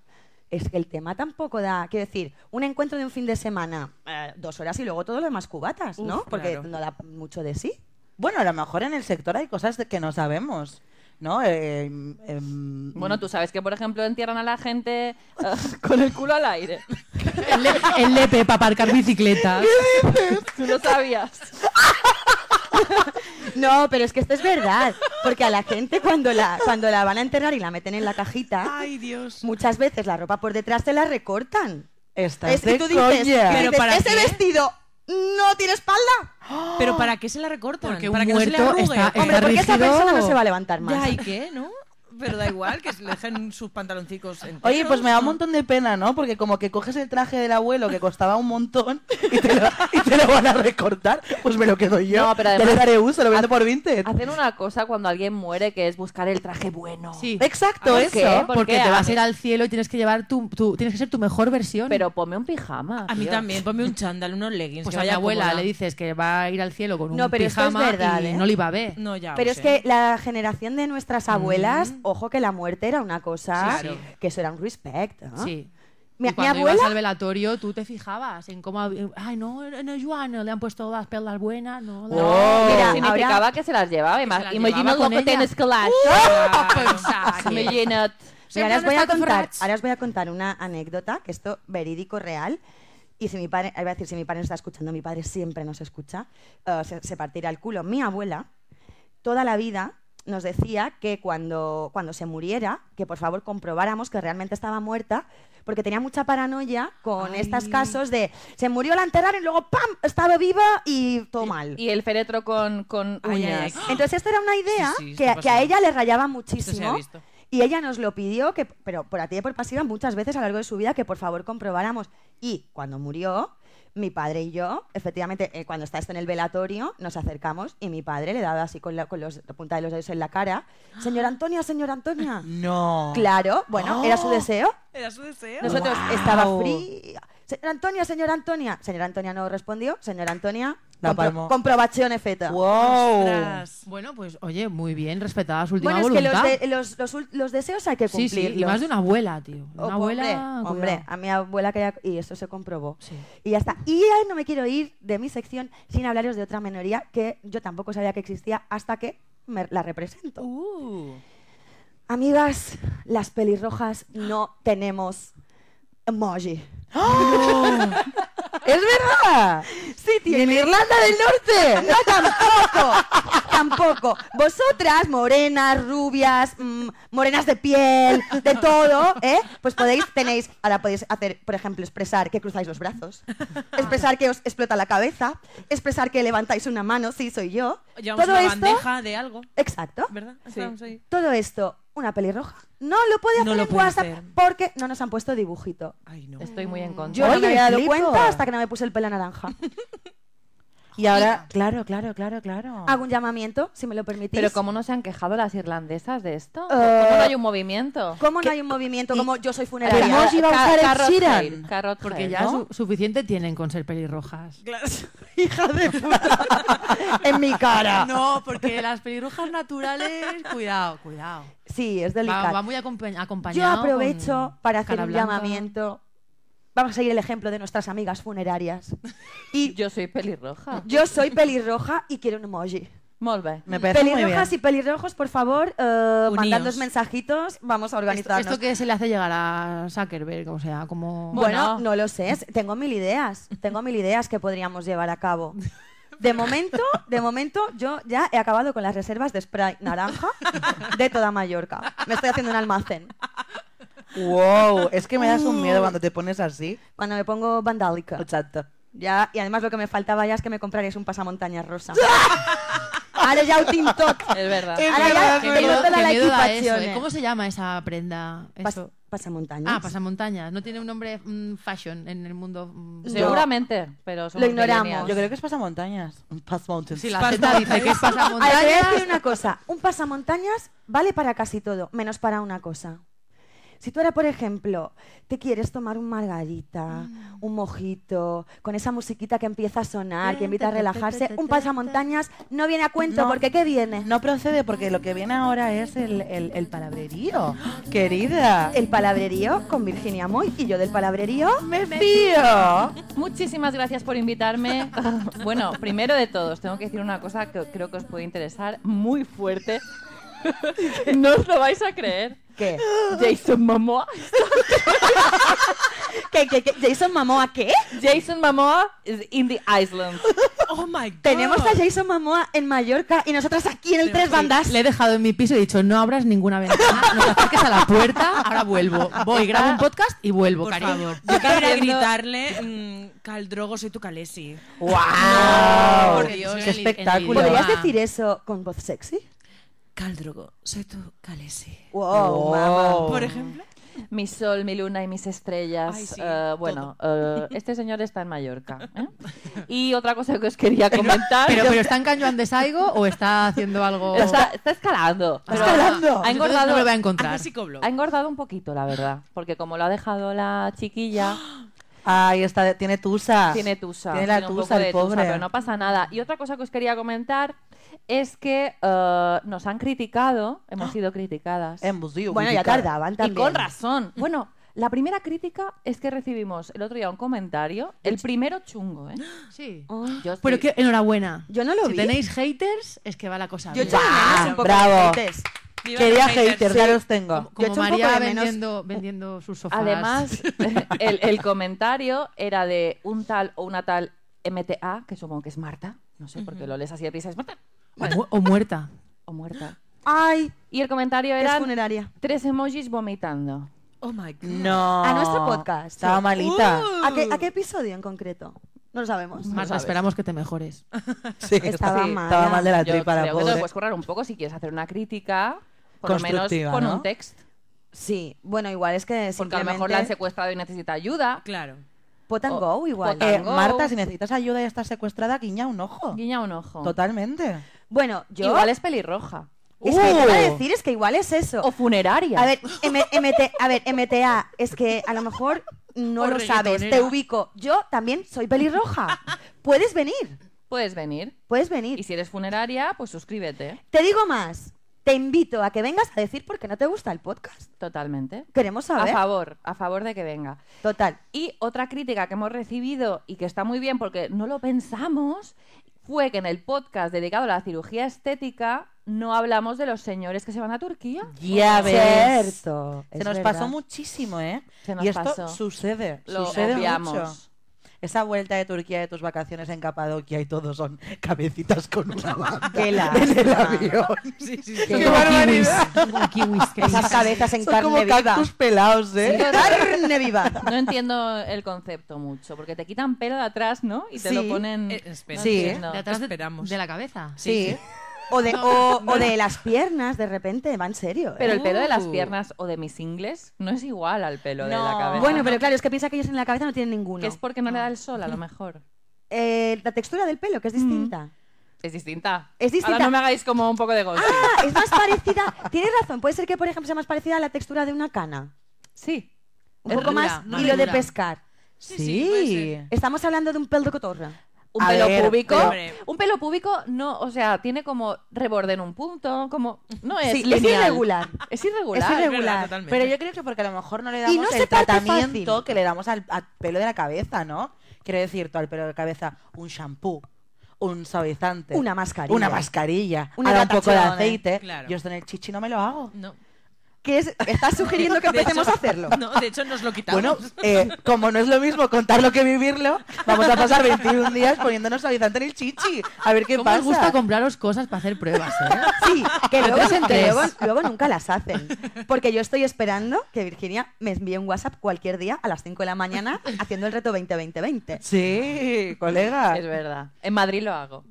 es que el tema tampoco da. Quiero decir, un encuentro de un fin de semana, eh, dos horas y luego todo lo demás cubatas, ¿no?
Uf,
Porque
claro.
no da mucho de sí.
Bueno, a lo mejor en el sector hay cosas de- que no sabemos, ¿no? Eh, em, em,
Bueno, tú sabes que, por ejemplo, entierran a la gente eh, [LAUGHS] con el culo al aire. [LAUGHS]
El, le- el lepe para aparcar
[LAUGHS]
bicicletas.
Tú lo sabías.
No, pero es que esto es verdad. Porque a la gente cuando la, cuando la van a enterrar y la meten en la cajita,
Ay, Dios.
muchas veces la ropa por detrás se la recortan.
estás
Es que
de
tú dices,
coña.
Pero
dices,
¿para
¿ese
qué?
vestido no tiene espalda?
¿Pero para qué se la recortan?
Porque un
para que no se le
muerto
arrugue.
está-
Hombre, porque esa
rígido.
persona no se va a levantar
Ya,
más.
¿y qué? ¿No? Pero da igual que se le dejen sus pantaloncicos enteros.
Oye, pues me da un
¿no?
montón de pena, ¿no? Porque como que coges el traje del abuelo que costaba un montón y te lo, y te lo van a recortar, pues me lo quedo yo.
No, pero
Ya
además-
le daré uso, lo vendo por 20.
Hacen una cosa cuando alguien muere que es buscar el traje bueno.
Sí.
Exacto,
Ah,
¿Por
eso.
qué? ¿Por
Porque te vas a
mí-
ir al cielo y tienes que llevar tu, tu- tienes que ser tu mejor versión.
Pero ponme un pijama.
A mí
tío.
también, ponme un chándal, unos leggings.
pues
que
a mi
vaya
abuela
cómoda.
le dices que va a ir al cielo con
No,
un
pero esto es
pijama
verdad,
y
¿eh?
no lo iba a ver.
No, ya.
Pero
lo
es
sé. Mm.
que la generación de nuestras abuelas, ojo que la muerte era una cosa,
Sí, sí.
que eso era un respect. ¿no?
Sí.
Mi,
Y
mi
cuando
abuela,
ibas al velatorio, tú te fijabas en cómo. hab- Ay, no, no, Joana, le han puesto las perlas buenas, no. la-
Oh.
Mira,
Significaba
ahora-
que se las llevaba.
se las
Imagina
llevaba
lo
con
que
ella.
tienes que las. [LAUGHS]
Exacto.
Imagina't.
mira, ahora, os
Siempre
voy a
han estado
contar,
forrats.
ahora os voy a contar una anécdota, que esto verídico, real. Y si mi padre, iba a decir, si mi padre está escuchando, mi padre siempre nos escucha, eh, se, se partirá el culo. Mi abuela, toda la vida, nos decía que cuando, cuando se muriera, que por favor comprobáramos que realmente estaba muerta, porque tenía mucha paranoia con estos casos de se murió, la enterraron y luego ¡pam! estaba viva y todo mal.
Y el féretro con, con
Ay, ay, ay.
uñas.
Entonces esto era una idea
Sí, sí,
que,
está
que a
pasando.
ella le rayaba
Esto se ha
muchísimo
visto.
y ella nos lo pidió, que, pero por activa y por pasiva muchas veces a lo largo de su vida, que por favor comprobáramos. Y cuando murió, mi padre y yo, efectivamente, eh, cuando está esto en el velatorio, nos acercamos y mi padre le daba así con la, con los, la punta de los dedos en la cara, señor Antonia, señor
[GASPS]
Antonia.
No.
Claro, bueno, era
Oh.
su deseo.
Era su deseo.
Nosotros estaba fría. Señora Antonia, señora Antonia. Señora Antonia no respondió. Señora Antonia,
La palmó.
compro, comprobación efeta.
Wow.
Ostras.
Bueno, pues oye, muy bien, respetada su última
Bueno, es que los,
voluntad.
de- los, los ul- los deseos hay que
sí,
cumplirlos.
sí, y más de una abuela, tío. Una
Oh,
abuela.
Hombre, hombre,
cuidado.
a mi abuela que ya- Y eso se comprobó.
Sí.
Y ya está. Y ay, no me quiero ir de mi sección sin hablaros de otra minoría que yo tampoco sabía que existía hasta que me la represento.
Uh.
Amigas, las pelirrojas no tenemos emoji.
¡Ah! ¡Es verdad!
Sí,
¡Y en Irlanda del Norte!
No, tampoco. tampoco. Vosotras, morenas, rubias, mm, morenas de piel, de todo, ¿eh? Pues podéis, tenéis, ahora podéis hacer, por ejemplo, expresar que cruzáis los brazos, expresar que os explota la cabeza, expresar que levantáis una mano, sí, soy yo.
Llevamos
todo
una
esto,
bandeja de algo,
exacto.
¿verdad?
Sí.
Estábamos ahí.
Todo esto, una pelirroja. No lo puede hacer
No lo
en
puede
WhatsApp
hacer.
porque no nos han puesto dibujito.
[LAUGHS]
Ay, no.
Estoy muy en contra.
Yo no
Oye,
me había dado
flipo.
cuenta hasta que no me puse el pelo naranja.
[LAUGHS] Y ahora, claro, claro, claro, claro.
Hago un llamamiento, si me lo permitís.
Pero ¿cómo no se han quejado las irlandesas de esto? ¿Cómo
Eh,
no hay un movimiento?
¿Cómo no hay un movimiento como yo soy
Ca-
funeraria?
Hermoso. emoji va a
ca-
usar Ed
carrot
Sheeran.
tail, carrot
Porque
tail,
ya
¿no?
su- suficiente tienen con ser pelirrojas.
Claro.
hija de puta.
en mi cara.
No, porque las pelirrojas naturales, cuidado, cuidado.
Sí, es
Va,
delicado.
va muy acompa-
Yo
acompañado.
aprovecho
con
para hacer
cara
un
blanca.
llamamiento. Vamos a seguir el ejemplo de nuestras amigas
[LAUGHS]
funerarias. Y
Yo soy pelirroja.
yo soy pelirroja y quiero un emoji.
Molt bé.
Me parece muy bien.
Pelirrojas y pelirrojos, por favor, eh,
Uníos.
mandadnos mensajitos. Vamos
Esto,
a organizarnos.
esto que se le hace llegar a Zuckerberg, o sea, como...
Bueno,
Bueno.
no lo sé. es- Tengo mil ideas. Tengo mil ideas que podríamos llevar a cabo. De momento, de momento, yo ya he acabado con las reservas de spray naranja de toda Mallorca. Me estoy haciendo un almacén.
Wow, es que me das un miedo cuando te pones así.
Cuando me pongo vandálica.
Exacto.
Ya, y además lo que me faltaba ya es que me compraréis un pasamontañas rosa. Ahora ya un tintot.
Es verdad.
Eh,
Ahora ya
verdad,
Qué
es
el
miedo-
otro de
qué
la
miedo da eso,
equipación.
¿eh? ¿Cómo se llama esa prenda?
Pas-
Eso.
pasamontañas.
Ah, pasamontañas. No tiene un nombre mm, fashion en el mundo. mm,
Sí.
Seguramente, pero somos
Lo ignoramos.
millennials.
Yo creo que es pasamontañas. Pass mountains.
Si la Z dice que es
Ahora, te voy a
pasamontañas,
decir una cosa. Un pasamontañas vale para casi todo, menos para una cosa. Si tú ahora, por ejemplo, te quieres tomar un margarita, un mojito, con esa musiquita que empieza a sonar, que invita a relajarse, un pasamontañas no viene a cuento,
No.
porque ¿qué viene?
No procede porque lo que viene ahora es el, el, el palabrerío, querida.
El palabrerío con Virginia Moy y yo del palabrerío.
Me fío.
Muchísimas gracias por invitarme. bueno, primero de todos, tengo que decir una cosa que creo que os puede interesar muy fuerte. [LAUGHS] no os lo vais a creer.
¿Qué?
Jason Momoa.
¿Qué, qué, qué? jason Momoa qué?
Jason Momoa is in the island.
Oh my god.
Tenemos a Jason Momoa en Mallorca y nosotras aquí en el Tres Bandas.
Le he dejado en mi piso y he dicho, no abras ninguna ventana, no te acerques a la puerta, ahora vuelvo. Voy, grabo un podcast y vuelvo,
Por
cariño.
favor. Yo quería gritarle, mm, Caldrogo, soy tu Calesi.
¡Wow!
por Dios,
¡Qué
en el- en el
espectáculo!
idioma.
¿Podrías decir eso con voz sexy?
Caldrogo, soy tu Calesi.
Wow,
Wow.
mamá.
Por ejemplo.
Mi sol, mi luna y mis estrellas.
Ay, sí,
Eh, bueno, eh, este señor está en Mallorca. ¿eh? Y otra cosa que os quería comentar.
Pero, pero ¿está en Cañón de Saigo o está haciendo algo...? Ah,
Está, está escalando. pero
escalando.
Ha
Entonces
engordado,
no lo voy a
Hace
encontrar.
psicoblog.
ha engordado un poquito, la verdad. Porque como lo ha dejado la chiquilla,
Ay, está, tiene tusa.
tiene tusa.
Ah, Tiene la
un
tusa,
poco
el
de
pobre.
pero no pasa nada. Y otra cosa que os quería comentar es que eh, nos han criticado, hemos
Ah.
sido criticadas.
Embutido,
Bueno, ya
criticada.
tardaban
Y
también.
con razón. Bueno, la primera crítica es que recibimos el otro día un comentario, el primero chungo, ¿eh?
Sí.
Ay,
Yo estoy-
Pero que, enhorabuena.
Yo no lo
si
vi.
tenéis haters, es que va la cosa
Yo
bien.
echo de menos un poco
bravo.
de haters.
Viva
Quería
los haters.
haters, ya los tengo.
Yo
Como
echo un poco
María
de menos-
vendiendo, vendiendo sus sofás.
Además,
[LAUGHS]
el, el comentario era de un tal o una tal MTA, que supongo que es Marta. No sé, porque lo lees así de prisa, es Marta
O, mu- o muerta.
[LAUGHS]
o muerta.
Ay,
Y el comentario
qué
era
funeraria.
tres emojis vomitando.
Oh my god.
No.
A nuestro podcast.
Estaba
Sí.
malita.
Uh.
¿A qué, a qué episodio en concreto? No lo sabemos.
Marta, esperamos que te mejores.
Sí,
Estaba mala.
Estaba mal de la
Yo
tripa, la
creo que te lo
pobre.
puedes currar un poco si quieres hacer una crítica, por lo menos
Constructiva,
con
¿no?
un text.
Sí, bueno, igual es que
Porque a lo
simplemente...
mejor la han secuestrado y necesita ayuda.
Claro.
Pot and
o-
go igual.
pot and
Eh,
Tango.
Marta, si necesitas ayuda y estás secuestrada, guiña un ojo.
Guiña un ojo.
Totalmente.
Bueno, yo...
Igual es pelirroja.
Es que te iba a
Uh.
decir, es que igual es eso.
O funeraria.
A ver, M- MT a ver, MTA, es que a lo mejor no
O
lo sabes, te
reggaetonera.
ubico. Yo también soy pelirroja. Puedes venir,
Puedes venir.
puedes
Y
venir.
si eres funeraria, pues suscríbete.
Te digo más, te invito a que vengas a decir por qué no te gusta el podcast.
Totalmente.
Queremos
A
saber.
favor, a favor de que venga.
Total.
Y otra crítica que hemos recibido y que está muy bien porque no lo pensamos fue que en el podcast dedicado a la cirugía estética no hablamos de los señores que se van a Turquía.
Ya ves.
Cierto.
Se
es
nos
verdad.
pasó muchísimo, ¿eh?
Se nos
y esto
pasó.
sucede,
Lo
sucede
obviamos.
mucho. Esa vuelta de Turquía de tus vacaciones en Capadocia y todo son cabecitas con una banda
Qué
en el
lástima.
avión.
[LAUGHS] Sí, sí,
Son
¡Qué
como
barbaridad!
kiwis, son como kiwis, que
Esas
dices,
cabezas en
Son como
carne viva.
cactus pelados, ¿eh?
Carne viva.
No entiendo el concepto mucho, porque te quitan pelo de atrás, ¿no? Y te
Sí.
lo ponen...
Eh, espera.
No
Sí.
entiendo.
de atrás de-
Esperamos.
de la cabeza.
Sí.
O de, o, o de las piernas, de repente, va en serio. ¿eh?
Pero el pelo de las
Uh.
piernas o de mis ingles no es igual al pelo de la
No.
cabeza.
Bueno, pero claro, es que piensa que ellos en la cabeza no tienen ninguno.
que es porque no le da el sol, a lo mejor.
Eh, la textura del pelo, que es distinta.
Es distinta.
Es distinta.
Ahora no me hagáis como un poco de gossip.
Ah, es más parecida. Tienes razón, puede ser que, por ejemplo, sea más parecida a la textura de una cana.
Sí.
Un
Es
poco
dura,
más
más
hilo de
dura.
pescar.
Sí, sí, puede ser.
Estamos hablando de un pelo de cotorra.
Un
A
pelo
ver,
público.
hombre.
Un pelo público no, o sea, tiene como reborde en un punto, como. No es.
Sí, es
lineal.
irregular.
Es irregular.
Es
Es
irregular.
verdad, totalmente.
Pero yo creo que porque a lo mejor no le
Y
damos
no se
el
parte
tratamiento
fácil.
que le damos al, al pelo de la cabeza, ¿no? Quiero decir, tú al pelo de la cabeza, un shampoo, un suavizante.
Una mascarilla.
Una mascarilla.
Una
ahora un poco de
hidratación, ¿eh?
aceite.
Claro.
Yo esto en el chichi no me lo hago.
No.
Que es, estás sugiriendo que
De
empecemos a
hecho-
hacerlo.
[LAUGHS] No, de hecho nos lo quitamos.
Bueno, eh, como no es lo mismo contarlo que vivirlo, vamos a pasar 21 días poniéndonos suavizante en el chichi. A ver qué
¿Cómo
pasa.
os gusta compraros cosas para hacer pruebas, eh?
[LAUGHS] Sí, que luego,
Tres en
que
tres.
luego- luego nunca las hacen. Porque yo estoy esperando que Virginia me envíe un WhatsApp cualquier día a las 5 de la mañana haciendo el reto 20-20-20.
Sí, colega.
Es verdad. En Madrid lo [LAUGHS] hago.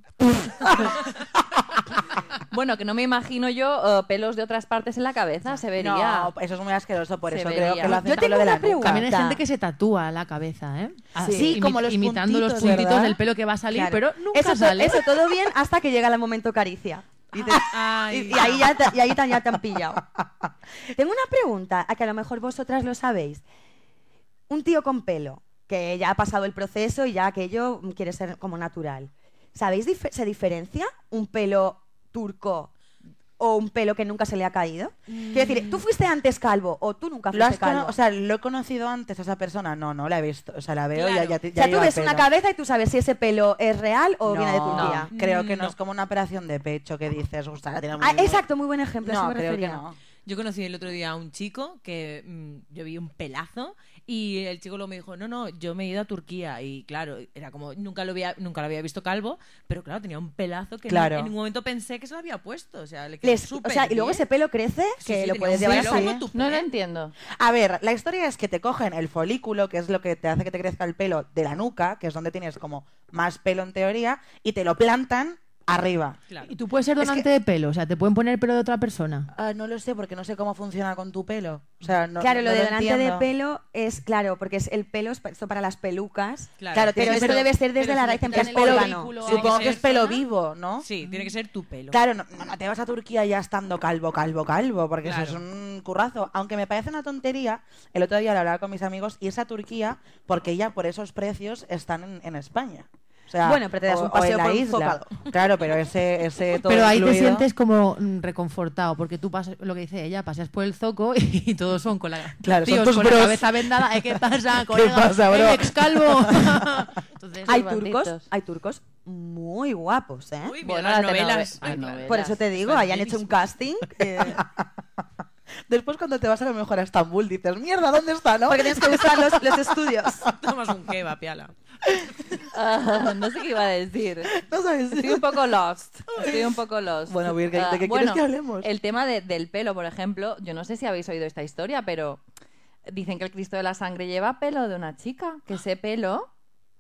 bueno, que no me imagino yo eh, pelos de otras partes en la cabeza, se vería.
No, eso es muy asqueroso, por
Se
eso
vería.
creo que lo hacen
Yo
con
tengo
lo de
una
la nuca.
pregunta.
También hay gente que se tatúa la cabeza, ¿eh? Así,
Sí, como los
imitando los
puntitos,
puntitos
¿verdad?
del pelo que va a salir,
Claro.
pero nunca
eso, to-
sale.
eso todo bien hasta que llega el momento caricia.
Dices-
Ay.
Y, y ahí, ya te, y ahí ta- ya te han pillado. [LAUGHS] Tengo una pregunta, a que a lo mejor vosotras lo sabéis. Un tío con pelo, que ya ha pasado el proceso y ya aquello mm, quiere ser como natural. ¿Sabéis dif- se diferencia un pelo turco o un pelo que nunca se le ha caído? Quiero decir, tú fuiste antes calvo o tú nunca
Mm. ¿Lo
fuiste
has cono-
calvo.
o sea, ¿lo he conocido antes a esa persona? No, no la he visto. O sea, la veo y ya,
Claro.
ya, te-
O
ya
sea, tú
lleva
ves una
pelo.
cabeza y tú sabes si ese pelo es real o
No,
viene de Turquía.
no.
Creo que no,
No.
es como una operación de pecho que dices, "Usta, la tiene muy
Ah,
bien".
exacto, muy buen ejemplo. a eso
No,
me
creo que
refería.
no.
Yo conocí el otro día a un chico que mm, yo vi un pelazo y el chico luego me dijo, no, no, yo me he ido a Turquía y claro, era como, nunca lo había, nunca lo había visto calvo, pero claro, tenía un pelazo que en-
Claro.
en, ningún momento pensé que se lo había puesto, o sea, le quedó
Les- o
súper
sea, y luego
bien.
ese pelo crece,
Sí,
que
sí,
lo
tenía
puedes
un
llevar
pelo
así.
como tu
No lo
pelo.
entiendo.
A ver, la historia es que te cogen el folículo, que es lo que te hace que te crezca el pelo de la nuca, que es donde tienes como más pelo en teoría, y te lo plantan arriba.
Claro.
Y tú puedes ser donante de pelo, o sea, te pueden poner pelo de otra persona.
Ah, no lo sé, porque no sé cómo funciona con tu pelo. O sea, no,
claro,
no
lo de delante
entiendo.
de pelo es claro, porque es el pelo es pa- esto para las pelucas.
Claro.
Claro,
Pero
pero esto
eso-
debe ser desde
pero
la
si le
raíz en
quitan
plan
el
órgano.
folículo- Tiene
Supongo
que
que es
ser
pelo
zona.
vivo, ¿no?
Sí, tiene que ser tu pelo.
Claro, no, no te vas a Turquía ya estando calvo, calvo, calvo, porque eso
Claro.
es un currazo. Aunque me parece una tontería, el otro día lo hablaba con mis amigos, irse a Turquía porque ya por esos precios están en, en España. O sea,
Bueno, pero te das
o-
un
o
paseo
en la
por un
isla.
zócalo.
[LAUGHS] Claro, pero ese, ese todo
Pero ahí te
incluido-
sientes como mm, reconfortado, porque tú pasas, lo que dice ella, pasas por el zoco [LAUGHS] y, todos son con la,
Claro, son
tíos,
tus
con
bros.
la cabeza vendada. ¿eh? ¿Qué pasa, colega?
pasa, bro?
El excalvo. Entonces,
Hay
banditos.
turcos, hay turcos muy guapos, ¿eh?
Uy, mira
Bueno,
las
las de
Ah, novelas.
nove-
Ay,
las
claro.
novelas.
Por eso te digo, hayan hecho un casting. eh,
Después cuando te vas a lo mejor a Estambul dices, mierda, ¿dónde está, no?
porque tienes que buscar los, los estudios.
Tomas un kebab, yala.
Ah, no sé qué iba a decir.
[LAUGHS] No sabes.
[LAUGHS]
Estoy un poco lost. Estoy un poco lost.
Bueno, Virgen, ¿de
Ah,
qué quieres que hablemos?
El tema de- del pelo, por ejemplo, yo no sé si habéis oído esta historia, pero dicen que el Cristo de la Sangre lleva pelo de una chica, que ese pelo,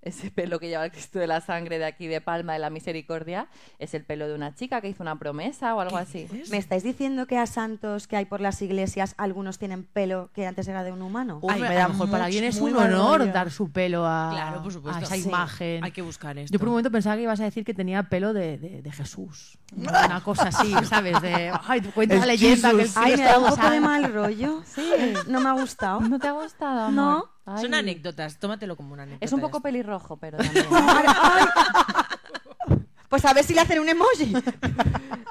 ese pelo que lleva el Cristo de la Sangre de aquí de Palma de la Misericordia, es el pelo de una chica que hizo una promesa o algo así.
¿Me estáis diciendo que a santos que hay por las iglesias algunos tienen pelo que antes era de un humano?
Uy,
Ay,
me
a
da
lo mejor
much-
para alguien es
muy
un
mal
honor
rollo.
dar su pelo a,
[LAUGHS] Claro, por supuesto.
a Ah, esa
Sí.
imagen.
Hay que buscar esto.
Yo por un momento pensaba que ibas a decir que tenía pelo de, de- de Jesús. Una cosa así, ¿sabes? De, ay, cuenta
El
la leyenda que el
Jesus.
Ay,
Cristo
me da un
era
poco de
santo.
mal rollo. Sí. No me ha gustado.
¿No te ha gustado? amor?
No.
Ay.
Son anécdotas, tómatelo como una anécdota.
Es un poco
ya
pelirrojo, pero también.
[LAUGHS] Pues a ver si le hacen un emoji.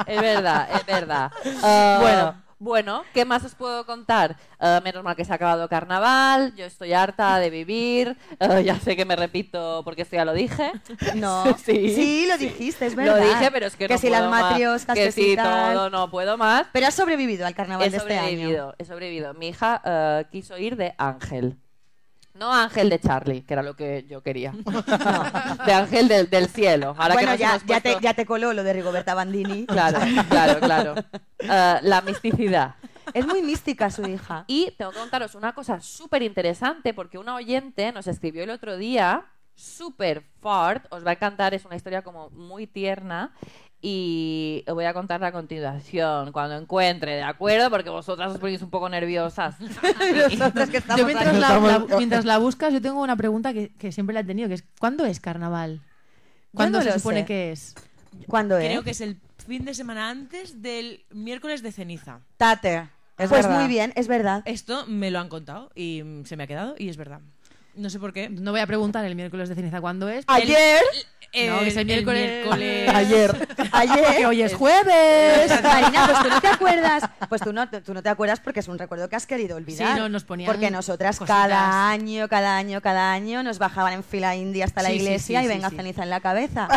Es verdad, es verdad. Ah,
Bueno.
Bueno, ¿qué más os puedo contar? Ah, menos mal que se ha acabado carnaval, yo estoy harta de vivir, ah, ya sé que me repito porque esto ya lo dije.
No.
Sí.
lo dijiste, es
Lo
verdad.
dije, pero es que, no
si
puedo
las
más,
matrioscas,
que si
tal.
todo, no puedo más.
Pero has sobrevivido al carnaval
He
de este año.
sobrevivido, he sobrevivido. Mi hija ah, quiso ir de Ángel. No Ángel de Charlie, que era lo que yo [LAUGHS] quería. No, de Ángel del, del cielo. Ahora que
bueno,
nos
ya,
hemos
ya te,
puesto-
ya te coló lo de Rigoberta Bandini.
[LAUGHS] Claro, claro, claro. [LAUGHS] Ah, la misticidad.
Es muy mística su hija.
Y tengo que contaros una cosa súper interesante porque una oyente nos escribió el otro día, súper fart, os va a encantar, es una historia como muy tierna y os voy a contar la continuación cuando encuentre, ¿de acuerdo? Porque vosotras os ponéis un poco nerviosas.
[LAUGHS] Nosotras que
Yo
estamos
mientras
ahí.
la,
Estamos-
la- mientras la buscas, yo tengo una pregunta que, que siempre la he tenido, que es ¿cuándo es carnaval? ¿Cuándo
no
se
lo
supone
sé.
que es? ¿eh?
¿Cuándo
está.
es?
Creo que es el fin de semana antes del miércoles de ceniza.
Tate. Es
pues
verdad.
muy bien, es verdad. Eh,
Esto me lo han contado y mm, se me ha quedado y es verdad. No sé por qué.
No voy a preguntar el miércoles de ceniza cuándo es.
Ayer,
No, que es el miércoles. [LAUGHS]
miércoles-
Ayer.
Que
[LAUGHS] ayer.
hoy es jueves.
Marina, pues tú no te acuerdas. Pues tú no, tú no te acuerdas porque es un recuerdo que has querido olvidar.
Sí, no, nos ponían
Porque nosotras
cositas.
cada año, cada año, cada año nos bajaban en fila india hasta la
Sí, sí,
iglesia
sí,
y
sí,
venga
sí.
ceniza en la cabeza.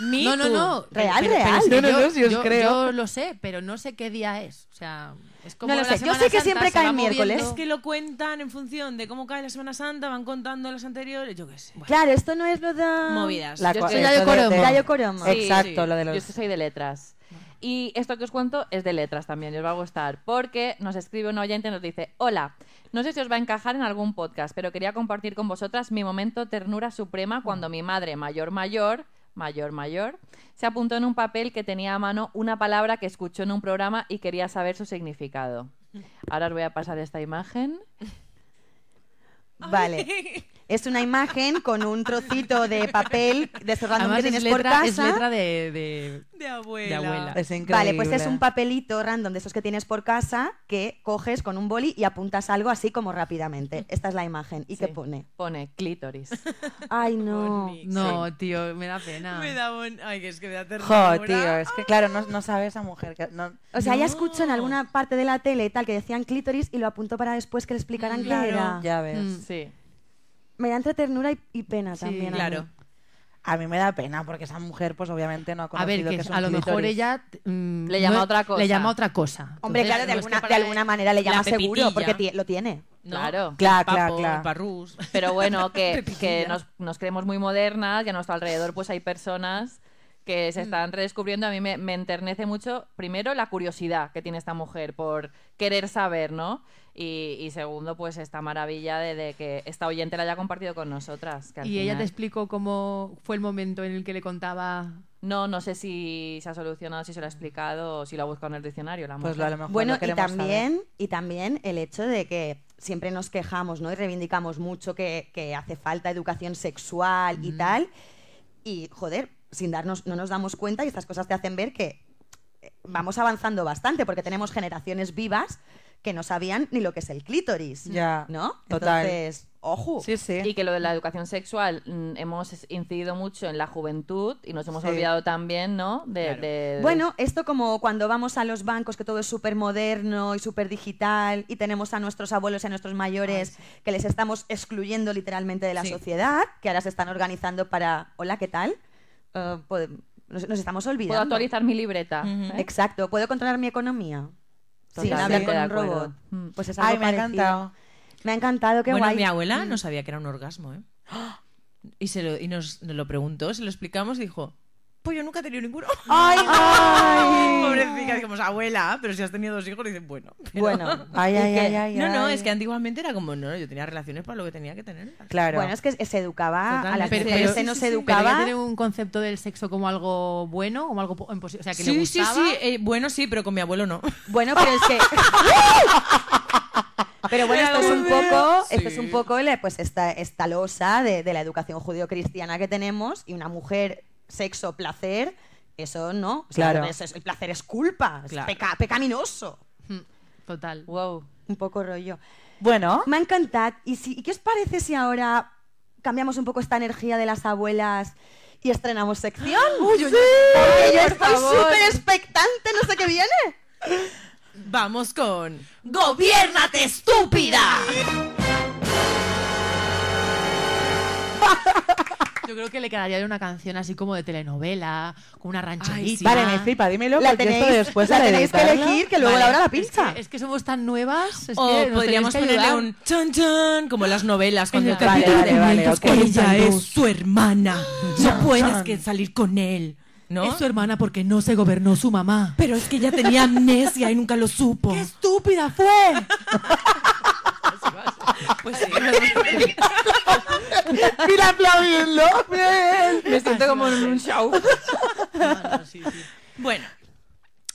Me
No, no,
too.
no.
Real,
Pero- pero
real.
es que
No, no,
yo-
no, si os
yo-
creo.
Yo lo sé, pero no sé qué día es. O sea, es como
No lo
la
sé. Yo
Semana
sé que
Santa,
siempre
se va
cae
moviendo.
miércoles.
Es que lo cuentan en función de cómo cae la Semana Santa, van contando las anteriores, yo qué sé.
Claro, esto no es lo de...
Movidas.
La
Yo
cua-
soy
esto
Yayo
de-
Coromo.
de-
Yayo Coromo.
Sí,
Exacto,
sí.
lo de
Yo
los...
es que soy de letras. Y esto que os cuento es de letras también, y os va a gustar, porque nos escribe un oyente y nos dice, hola, no sé si os va a encajar en algún podcast, pero quería compartir con vosotras mi momento ternura suprema cuando
Mm.
mi madre, mayor, mayor, mayor, mayor, se apuntó en un papel que tenía a mano una palabra que escuchó en un programa y quería saber su
Mm.
significado. Ahora os voy a pasar esta imagen.
Vale. Es una imagen con un trocito de papel descerrando que
Además,
tienes
es
por
letra,
casa.
es letra de, de-
De abuela.
De abuela.
Es increíble.
Vale, pues es un papelito random de esos que tienes por casa que coges con un boli y apuntas algo así como
[LAUGHS]
rápidamente. Esta es la imagen. ¿Y qué
Sí.
pone?
Pone
[LAUGHS]
clítoris.
Ay, no.
No, tío, me da
[LAUGHS]
pena.
Me da un... Ay, que es que me da ternura.
Jo, tío, es que claro, no, no sabe esa mujer. que- no-
O sea, ya
No.
escucho en alguna parte de la tele y tal que decían clítoris y lo apunto para después que le explicaran
Mm, Claro.
qué era.
Ya ves.
Mm.
Sí.
Me da entre ternura y, y pena
Sí,
también. a mí.
Claro.
A mí me da pena porque esa mujer, pues obviamente no ha
A
conocido
ver, que,
es un
a lo mejor
clítoris.
ella mm,
Le llama otra cosa.
Le llama otra cosa.
Hombre,
Entonces,
claro, de
no es que
alguna, de
para
alguna manera le
la
llama seguro
pepitilla.
porque ti- lo tiene.
¿no?
Claro.
Claro,
Papo,
claro, claro.
Parrús.
Pero bueno, que,
Pepitilla.
que nos, nos creemos muy modernas y a nuestro alrededor pues hay personas que se están redescubriendo. A mí me, me enternece mucho, primero, la curiosidad que tiene esta mujer por querer saber, ¿no? Y, y segundo, pues esta maravilla de, de que esta oyente la haya compartido con nosotras. que al
Y ella te
final-
explicó cómo fue el momento en el que le contaba.
No, no sé si se ha solucionado, si se lo ha explicado o si lo ha buscado en el diccionario. La
Pues
mujer.
lo- a lo mejor
Bueno,
lo
y
queremos saber.
también, y también el hecho de que siempre nos quejamos ¿no? y reivindicamos mucho que, que hace falta educación sexual
Mm.
y tal. Y, joder, sin darnos, no nos damos cuenta y estas cosas te hacen ver que eh, vamos avanzando bastante porque tenemos generaciones vivas que no sabían ni lo que es el clítoris.
Ya,
¿No?
total.
Entonces,
Uh,
ojo.
Sí, sí.
Y que lo de la educación sexual mm, hemos incidido mucho en la juventud y nos hemos
Sí.
olvidado también, ¿no? De, de- de-
Bueno, esto como cuando vamos a los bancos, que todo es súper moderno y súper digital, y tenemos a nuestros abuelos y a nuestros mayores que les estamos excluyendo literalmente de la
Sí.
sociedad, que ahora se están organizando para, hola, ¿qué tal? Eh, pod- nos, nos estamos olvidando.
Puedo actualizar mi libreta.
Ujú.
¿eh?
Exacto, puedo controlar mi economía. Sin
Totalmente
hablar con
de
un
acuerdo.
robot.
Mm.
Pues es algo
Ay, me ha
parecido.
encantado.
Me ha encantado, qué
bueno,
guay.
mi abuela no sabía que era un orgasmo, ¿eh? Mm. [GASPS] Y, se lo, y nos, nos lo preguntó, se lo explicamos y dijo, pues yo nunca he tenido [LAUGHS] ninguno.
¡Ay, no!
Pobrecita, dijimos, abuela, pero si has tenido dos hijos, dicen, bueno. pero-".
[LAUGHS] Bueno,
Ay,
y
ay,
que-
ay, ay.
no, no,
ay.
es que antiguamente era como, no, yo tenía relaciones para lo que tenía que tener.
Claro.
Bueno, es que se educaba, a las
Totalmente.
Pero-
mujeres
pero-
se nos
sí, sí, sí,
Pero
educaba.
ella tiene un concepto del sexo como algo bueno, como algo po- en posi- O sea, que le
Sí, sí,
gustaba.
sí, eh, bueno, sí, pero con mi abuelo no.
Bueno, pero es que. Pero bueno, esto es un poco, esto es un poco la- pues esta, esta losa de, de la educación judío-cristiana que tenemos y una mujer, sexo, placer, eso no. O sea,
Claro.
eso es- el placer es culpa, es
Claro.
peca- pecaminoso.
Mm, Total.
Wow.
Un poco rollo.
Bueno,
Me ha encantado. ¿Y, si, ¿Y qué os parece si ahora cambiamos un poco esta energía de las abuelas y estrenamos sección? ¡Sí! Porque yo estoy súper expectante, no sé qué viene.
Vamos con...
¡Gobiérnate, estúpida!
Yo creo que le quedaría una canción así como de telenovela, con una rancherita.
sí.
vale, me flipa, dímelo.
La
porque esto
tenéis,
después
la
de
tenéis que
editarlo-
elegir, que luego
Vale.
la hora la
Es
pincha.
que, es que somos tan nuevas. es que
O
nos tenéis
podríamos
que
ponerle
ayudar.
un chon chon, como las novelas, cuando
el
te-
Vale, vale, vale, ok.
Ella es su hermana. No puedes que salir con él, ¿no?
Es su hermana porque no se gobernó su mamá.
Pero es que ella tenía amnesia y nunca lo supo.
¡Qué estúpida fue!
Pues sí.
Mira aplaudiendo. bien.
Me siento como en un show.
bueno.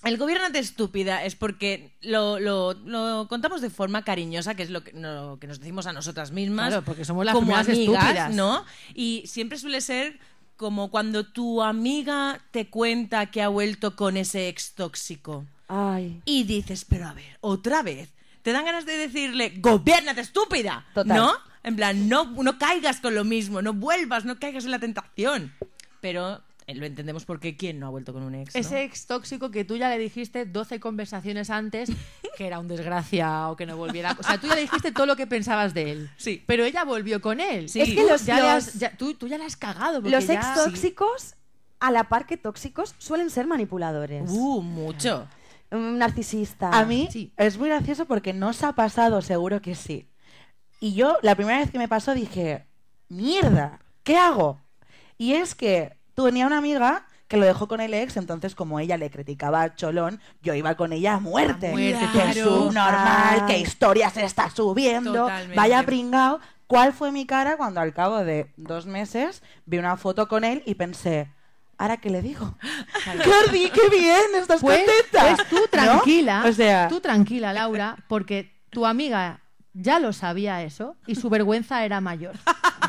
El gobiernante estúpida es porque lo, lo- lo contamos de forma cariñosa, que es lo que, no- lo que nos decimos a nosotras mismas.
Claro, porque somos las
como
primeras
amigas,
estúpidas.
¿no? Y siempre suele ser como cuando tu amiga te cuenta que ha vuelto con ese ex tóxico.
Ay.
Y dices, pero a ver, otra vez. Te dan ganas de decirle, gobiérnate, estúpida.
Total.
¿No? En plan, no, no caigas con lo mismo, no vuelvas, no caigas en la tentación. Pero eh, lo entendemos porque ¿quién no ha vuelto con un ex?
[LAUGHS]
no?
Ese ex tóxico que tú ya le dijiste 12 conversaciones antes que era un desgraciado, que no volviera. O sea, tú ya le dijiste todo lo que pensabas de él.
Sí.
Pero ella volvió con él.
Sí. Es que
Tú
los-
ya le
los-
has- ya- tú, tú ya la has cagado. porque
Los
ya-
ex tóxicos, a la par que tóxicos, suelen ser manipuladores.
Uh, mucho.
Mm, Narcisistas.
A mí
Sí.
es muy gracioso porque no os ha pasado, seguro que sí. Y yo, la primera vez que me pasó, dije, mierda, ¿qué hago? Y es que tenía una amiga que lo dejó con el ex, entonces como ella le criticaba a Cholón, yo iba con ella a muerte.
A muerte,
que
claro.
subnormal,
Ah.
que historia se está subiendo,
Totalmente.
vaya pringao. ¿Cuál fue mi cara cuando al cabo de dos meses vi una foto con él y pensé, ¿ahora qué le digo? Jordi, qué bien, estás
Pues,
contenta.
pues tú
¿No?
tranquila.
O sea,
Tú tranquila, Laura, porque tu amiga ya lo sabía eso y su vergüenza era mayor.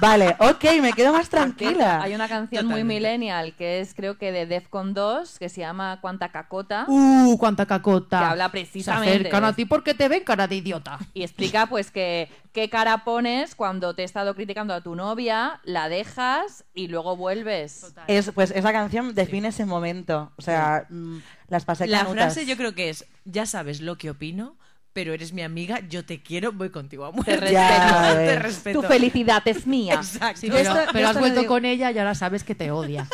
Vale, ok, me quedo más tranquila.
Hay una canción muy
Totalmente.
millennial que es, creo que de Defcon 2, que se llama Cuánta Cacota.
[LAUGHS] ¡Uh, cuánta cacota!
Que habla precisamente
Se acercan
de
a ti porque te ven cara de idiota.
Y explica, pues, que qué cara pones cuando te he estado criticando a tu novia, la dejas y luego vuelves.
Es, pues esa canción define ese momento. O sea, mm, las pasé
La
canutas.
frase yo creo que es, ya sabes lo que opino, pero eres mi amiga, yo te quiero, voy contigo a
Te
[LAUGHS] muerte.
respeto.
Ya ves.
Te respeto.
Tu felicidad es mía.
Exacto.
Sí, pero,
esto- yo
pero
esto
has
le
vuelto
digo-
con ella y ahora sabes que te odia.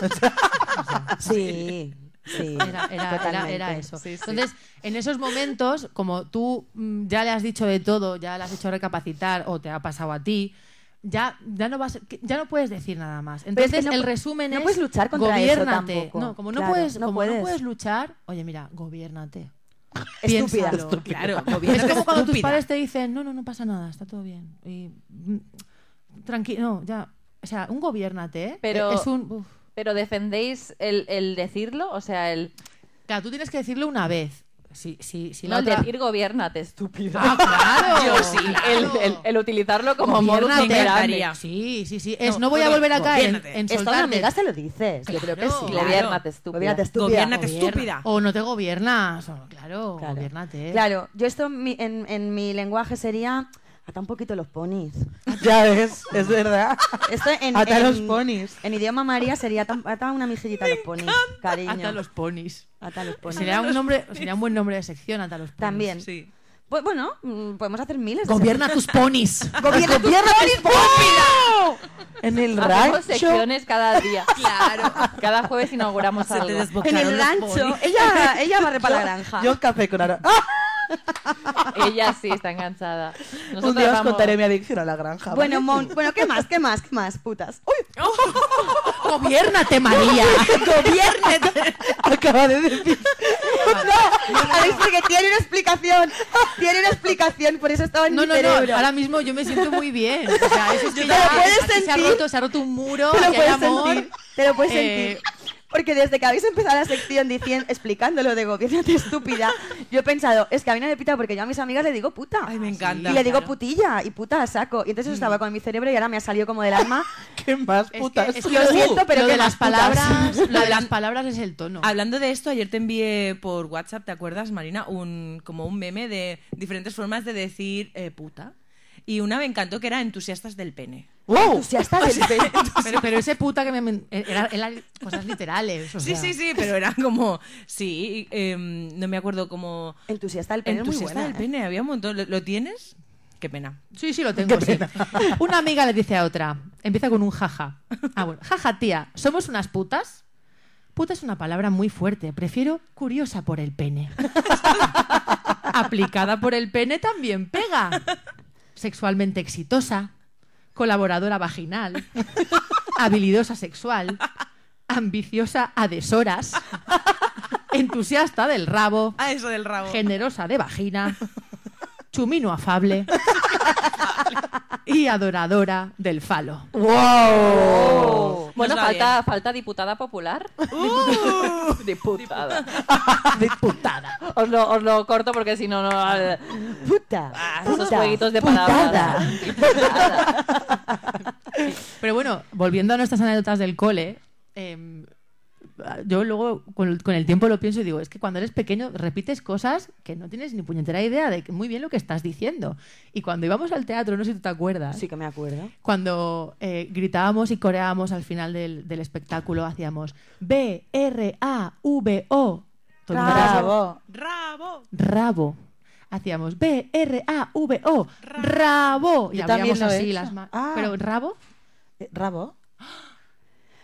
Sí, sí.
Era, era- era-
totalmente.
era eso. Entonces, en esos momentos, como tú mm, ya le has dicho de todo, ya le has hecho recapacitar o te ha pasado a ti, ya, ya, no, vas, ya no puedes decir nada más.
es que
Entonces,
no
el
pu-
resumen
no
es,
puedes luchar contra eso
gobiérnate.
tampoco.
No, como no,
Claro,
puedes,
no
como
puedes.
no puedes luchar, oye, mira, gobiérnate.
Estúpida.
Piénsalo.
Claro,
Es como cuando tus
estúpida.
padres te dicen, no, no, no pasa nada, está todo bien. Y, mm, tranqui- no, ya. O sea, un gobiérnate, ¿eh?
Pero-
Es un... uf.
Pero defendéis el, el decirlo, o sea, el,
Claro, tú tienes que decirlo una vez. Si, si, si
no
la
el
otra-
decir gobiérnate, estúpido.
Ah, claro.
Yo sí, el, el- el utilizarlo como modo
Gobiérnate.
operandi.
Sí, sí, sí. Es,
No,
no, voy a
bueno,
volver a caer en,
gobiérnate.
en
Esto a una
soltarte.
amiga se lo dices. Yo creo que
Claro.
sí.
Gobiérnate, estúpido.
Gobiérnate, estúpida.
Gobiérnate,
Gobiérnate.
estúpida.
O no te gobiernas. o- claro,
Claro.
gobiérnate.
Claro, yo esto en mi- en, en mi lenguaje sería ata un poquito los ponis.
[LAUGHS] Ya ves, es verdad.
Esto en,
Ata
en-
los ponis.
En idioma María sería ata, ata una mejillita a los ponis, cariño.
Ata los ponis.
Ata Pues los ponis.
Sería un, nombre, sería un buen nombre de sección, ata los ponis.
También.
Sí.
Pues bueno, mm, podemos hacer miles. de
Gobierna tus ponis.
¡Gobierna estúpida! En el
Hacemos
rancho.
secciones cada día. Claro. Cada jueves inauguramos
Se te
algo.
En
desbocaron
el
los
rancho.
ponis.
Ella, ella barre para la granja.
Yo café con ara- ah,
Ella sí está enganchada. Nosotros
Un día os
vamos-
contaré mi adicción a la granja.
bueno,
Ah, ¿vale?
mon- bueno, ¿qué más? ¿Qué más? ¿Qué más? Putas. Uy,
Gobiérnate, María.
gobiérnate. [LAUGHS] Acaba de decir.
no, Alex, porque tiene una explicación. Tiene una explicación, por eso estaba en
No,
mi
no,
cerebro.
no. Ahora mismo yo me siento muy bien. O sea, eso es que
Te
ya
lo puedes
aquí se ha
sentir.
roto, se ha roto un muro,
Te lo
y hay
puedes
amor.
sentir. Te lo puedes
Eh,
sentir. Porque desde que habéis empezado la sección diciendo, explicando lo de gobiernante estúpida, yo he pensado, es que a mí no me pita porque yo a mis amigas le digo puta.
Ay, me encanta.
y le digo
Claro.
putilla y puta a saco. Y entonces eso estaba con mi cerebro y ahora me ha salido como del alma.
¿Qué más
Es que-
putas?
es que
Lo siento, pero
lo
que
de las
más putas.
palabras, lo de
[LAUGHS]
las palabras es el tono.
Hablando de esto, ayer te envié por WhatsApp, ¿te acuerdas, Marina? Un, como un meme de diferentes formas de decir eh, puta. Y una me encantó que era entusiastas del pene.
¡Wow!
Entusiasta
[LAUGHS]
del pene.
Pero, pero ese puta que me- me era, eran cosas literales. o
Sí,
sea.
sí, sí, pero era [LAUGHS] como, sí, em, no me acuerdo cómo...
Entusiasta del pene es muy
Entusiasta
buena.
del
¿eh?
pene, había un montón. ¿Lo, lo tienes? Qué pena.
Sí, sí, lo tengo. sí.
[LAUGHS]
Una amiga le dice a otra, empieza con un jaja. Ah, bueno, jaja, tía, ¿somos unas putas? Puta es una palabra muy fuerte, prefiero curiosa por el pene. [LAUGHS] Aplicada por el pene también pega. Sexualmente exitosa, colaboradora vaginal, habilidosa sexual, ambiciosa a deshoras, entusiasta del rabo,
Ah, eso del rabo.
generosa de vagina, chumino afable y adoradora del falo.
¡Wow!
Oh. Bueno,
Nos va
falta, falta diputada popular. [LAUGHS] diputada.
Diputada.
Os lo, os lo corto porque si no, no.
Puta.
Ah,
puta,
esos jueguitos de
putada.
palabras. Diputada.
Pero bueno, volviendo a nuestras anécdotas del cole, em, yo luego con el, con el tiempo lo pienso y digo, es que cuando eres pequeño repites cosas que no tienes ni puñetera idea de que- muy bien lo que estás diciendo. Y cuando íbamos al teatro, no sé si tú te acuerdas,
Sí que me acuerdo.
cuando eh, gritábamos y coreábamos al final del, del espectáculo, hacíamos B, R, A, V, O. Todo el mundo hacía
¡Bravo!
Rabo.
rabo. Hacíamos B, R, A, V, O, rabo. Y
Yo
abríamos
también lo he
así
hecho.
las manos.
Ah.
Pero rabo.
Eh, ¿Rabo?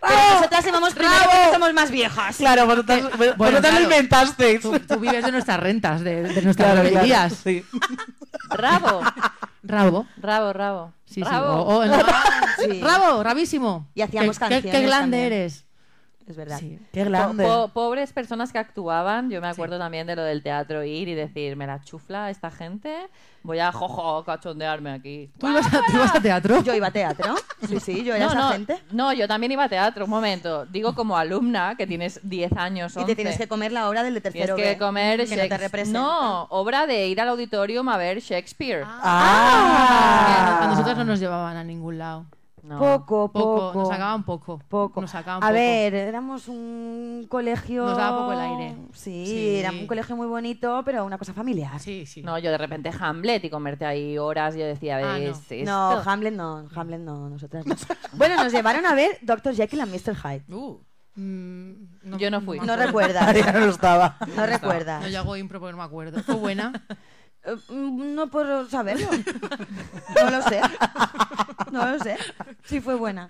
Pero nosotras íbamos primero porque somos más viejas.
Claro, vosotras, vosotras
claro.
lo inventasteis.
Tú, tú vives de nuestras rentas, de, de nuestras
Claro, claro,
rebeldías.
sí.
Rabo.
Rabo.
Rabo, rabo.
Sí, Oh, sí.
rabo.
O- o en-
[LAUGHS] Sí.
Rabo, rabísimo.
Y hacíamos
Qué- qué- Qué,
canciones
grande
también.
eres.
Es verdad.
Sí.
¡Qué
Po-
grande!
po- pobres personas que actuaban, yo me acuerdo también de lo del teatro ir y decir, me la chufla esta gente, voy a jojo cachondearme aquí.
¿Tú ibas, a, tú ibas a teatro?
Yo iba a teatro. Sí, sí, yo era
no,
esa
no,
gente.
no, yo también iba a teatro, un momento. Digo como alumna, que tienes 10 años, 11.
Y te tienes que comer la hora del de
Tienes
tercero
que
B,
comer
que no te
Shakes-
representa.
No, obra de ir al auditorium a ver Shakespeare.
¡Ah!
A nosotros no nos llevaban a ningún lado.
No.
Poco,
Poco,
poco.
nos sacaban poco.
Poco.
Nos sacaban
a
poco.
ver, éramos un colegio.
Nos daba poco el aire.
Sí,
Sí.
era un colegio muy bonito, pero una cosa familiar.
Sí, sí.
No, yo de repente Hamlet y comerte ahí horas, yo decía,
Ah, no.
¿ves esto?
No, Hamlet no, Hamlet no, nosotras
[LAUGHS]
no. bueno, nos llevaron a ver Dr. Jekyll and Mr. Hyde.
Uh, mm,
Yo no fui.
me [LAUGHS]
No
acuerdo.
recuerdas.
Ariana no estaba.
No recuerdas.
No, yo hago impro porque no me acuerdo. Fue buena.
Eh, mm, No puedo saberlo. No lo sé. No lo sé. Sí fue buena.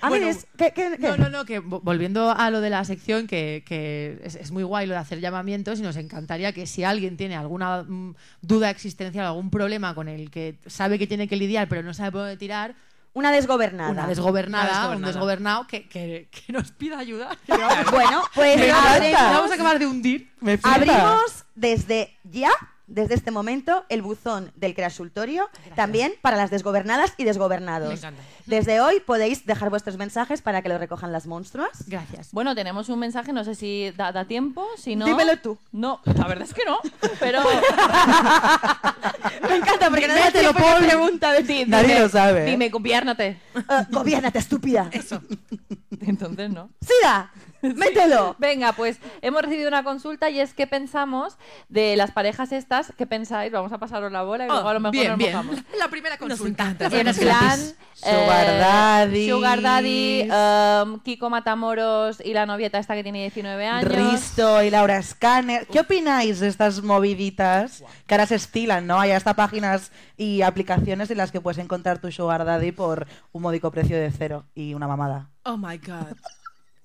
A
Bueno,
ver, es- ¿qué, qué- qué?
No, no, no, que vo- volviendo a lo de la sección, que, que es, es muy guay lo de hacer llamamientos y nos encantaría que si alguien tiene alguna mm, duda existencial, algún problema con el que sabe que tiene que lidiar pero no sabe por dónde tirar,
Una desgobernada.
una desgobernada,
Una desgobernada.
un desgobernado que, que- que nos pida ayuda.
Bueno, pues
Me
abrimos-
encanta. Vamos a acabar de hundir. Me flipa.
Abrimos desde ya, desde este momento, el buzón del creasultorio, también para las desgobernadas y desgobernados.
Me encanta.
Desde hoy podéis dejar vuestros mensajes para que lo recojan las
[LAUGHS]
monstruas.
Gracias.
Bueno, tenemos un mensaje, no sé si da, da tiempo, si no...
Dímelo tú.
No, la verdad es que no, pero...
[LAUGHS] Me encanta porque
Nadie
nadie te lo pone. Pregunta
Di- dime-
Nadie lo sabe, ¿eh?
Dime, gobiérnate.
gobiérnate, estúpida.
[LAUGHS] Entonces no.
¡Sida! ¡Mételo!
Venga, pues hemos recibido una consulta y es qué pensamos de las parejas estas, qué pensáis, vamos a pasaros la bola y luego a lo mejor
bien,
nos
bien.
mojamos.
La primera consulta.
En plan,
Sugar
eh,
daddies.
Sugar Daddy, um, Kiko Matamoros y la novieta esta que tiene 19 años.
Risto y Laura Scanner. ¿Qué opináis de estas moviditas que ahora se estilan, no? Hay hasta páginas y aplicaciones en las que puedes encontrar tu sugar daddy por un módico precio de cero y una mamada.
Oh my god.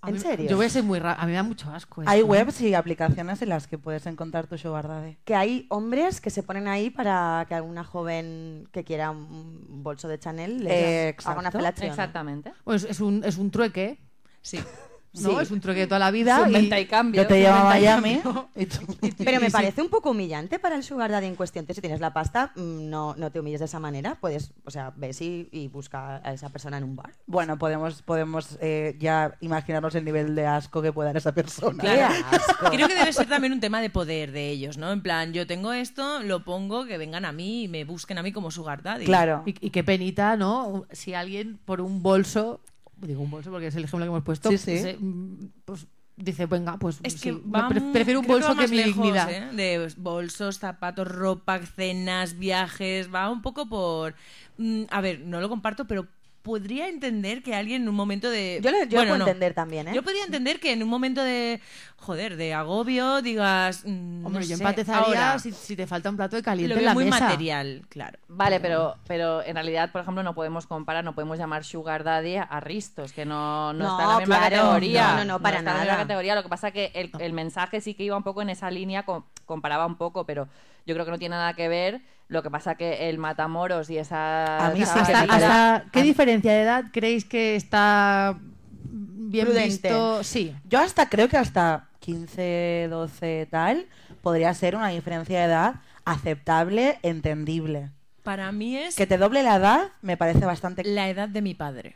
A
¿En
mí-
serio?
Yo voy a ser muy rara. A mí me da mucho asco.
Hay
esto. ¿eh?
webs y aplicaciones en las que puedes encontrar tu sugar daddy.
Que hay hombres que se ponen ahí para que alguna joven que quiera un bolso de Chanel le
Exacto.
haga una felación.
Exactamente.
Bueno, es, es un, es un trueque.
Sí.
¿no?
Sí.
Es un trueque de toda la vida.
Es un
y-
venta
[LAUGHS]
y cambio.
Yo te llevo a Miami. y tú-
Pero
[LAUGHS]
me parece un poco humillante para el sugar daddy en cuestión. Si tienes la pasta, mm, no, no te humilles de esa manera. Puedes, o sea, ves y, y busca a esa persona en un bar.
Bueno, podemos, podemos eh, ya imaginarnos el nivel de asco que puede dar esa persona. ¿eh?
Claro.
Qué asco.
Creo que debe ser también un tema de poder de ellos, ¿no? En plan, yo tengo esto, lo pongo, que vengan a mí y me busquen a mí como sugar daddy.
Claro.
Y, y qué penita, ¿no? Si alguien por un bolso, digo un bolso porque es el ejemplo que hemos puesto,
Sí, sí.
se- mm, pues dice, venga, pues
Es
sí,
que
me
va
pre-
mu-
prefiero un
creo
bolso
va
que
más
mi
lejos,
dignidad.
¿eh? De bolsos, zapatos, ropa, cenas, viajes, va un poco por... mm, a ver, no lo comparto, pero podría entender que alguien en un momento de...
Yo lo, yo lo
Bueno,
puedo
no.
entender también, ¿eh?
Yo podría entender que en un momento de, joder, de agobio, digas... mm,
Hombre,
no
yo
sé,
empatizaría
ahora,
si, si te falta un plato de caliente
lo
en
veo
la
muy
mesa.
material, claro.
Eh,
Vale, pero, pero en realidad, por ejemplo, no podemos comparar, no podemos llamar Sugar Daddy a Ristos, que no, no,
No,
está en la misma
claro,
categoría.
no, no, no, para
está en la
nada.
misma categoría. Lo que pasa que el, el mensaje sí que iba un poco en esa línea, com- comparaba un poco, pero yo creo que no tiene nada que ver. Lo que pasa que el Matamoros y esa.
A mí sí,
Hasta-
Ah,
chavalita-
hasta- ¿Qué diferencia de edad creéis que está bien
Prudente.
visto? Sí.
Yo hasta creo que hasta 15, 12 tal podría ser una diferencia de edad aceptable, entendible.
Para mí es
Que te doble la edad me parece bastante...
la edad de mi padre.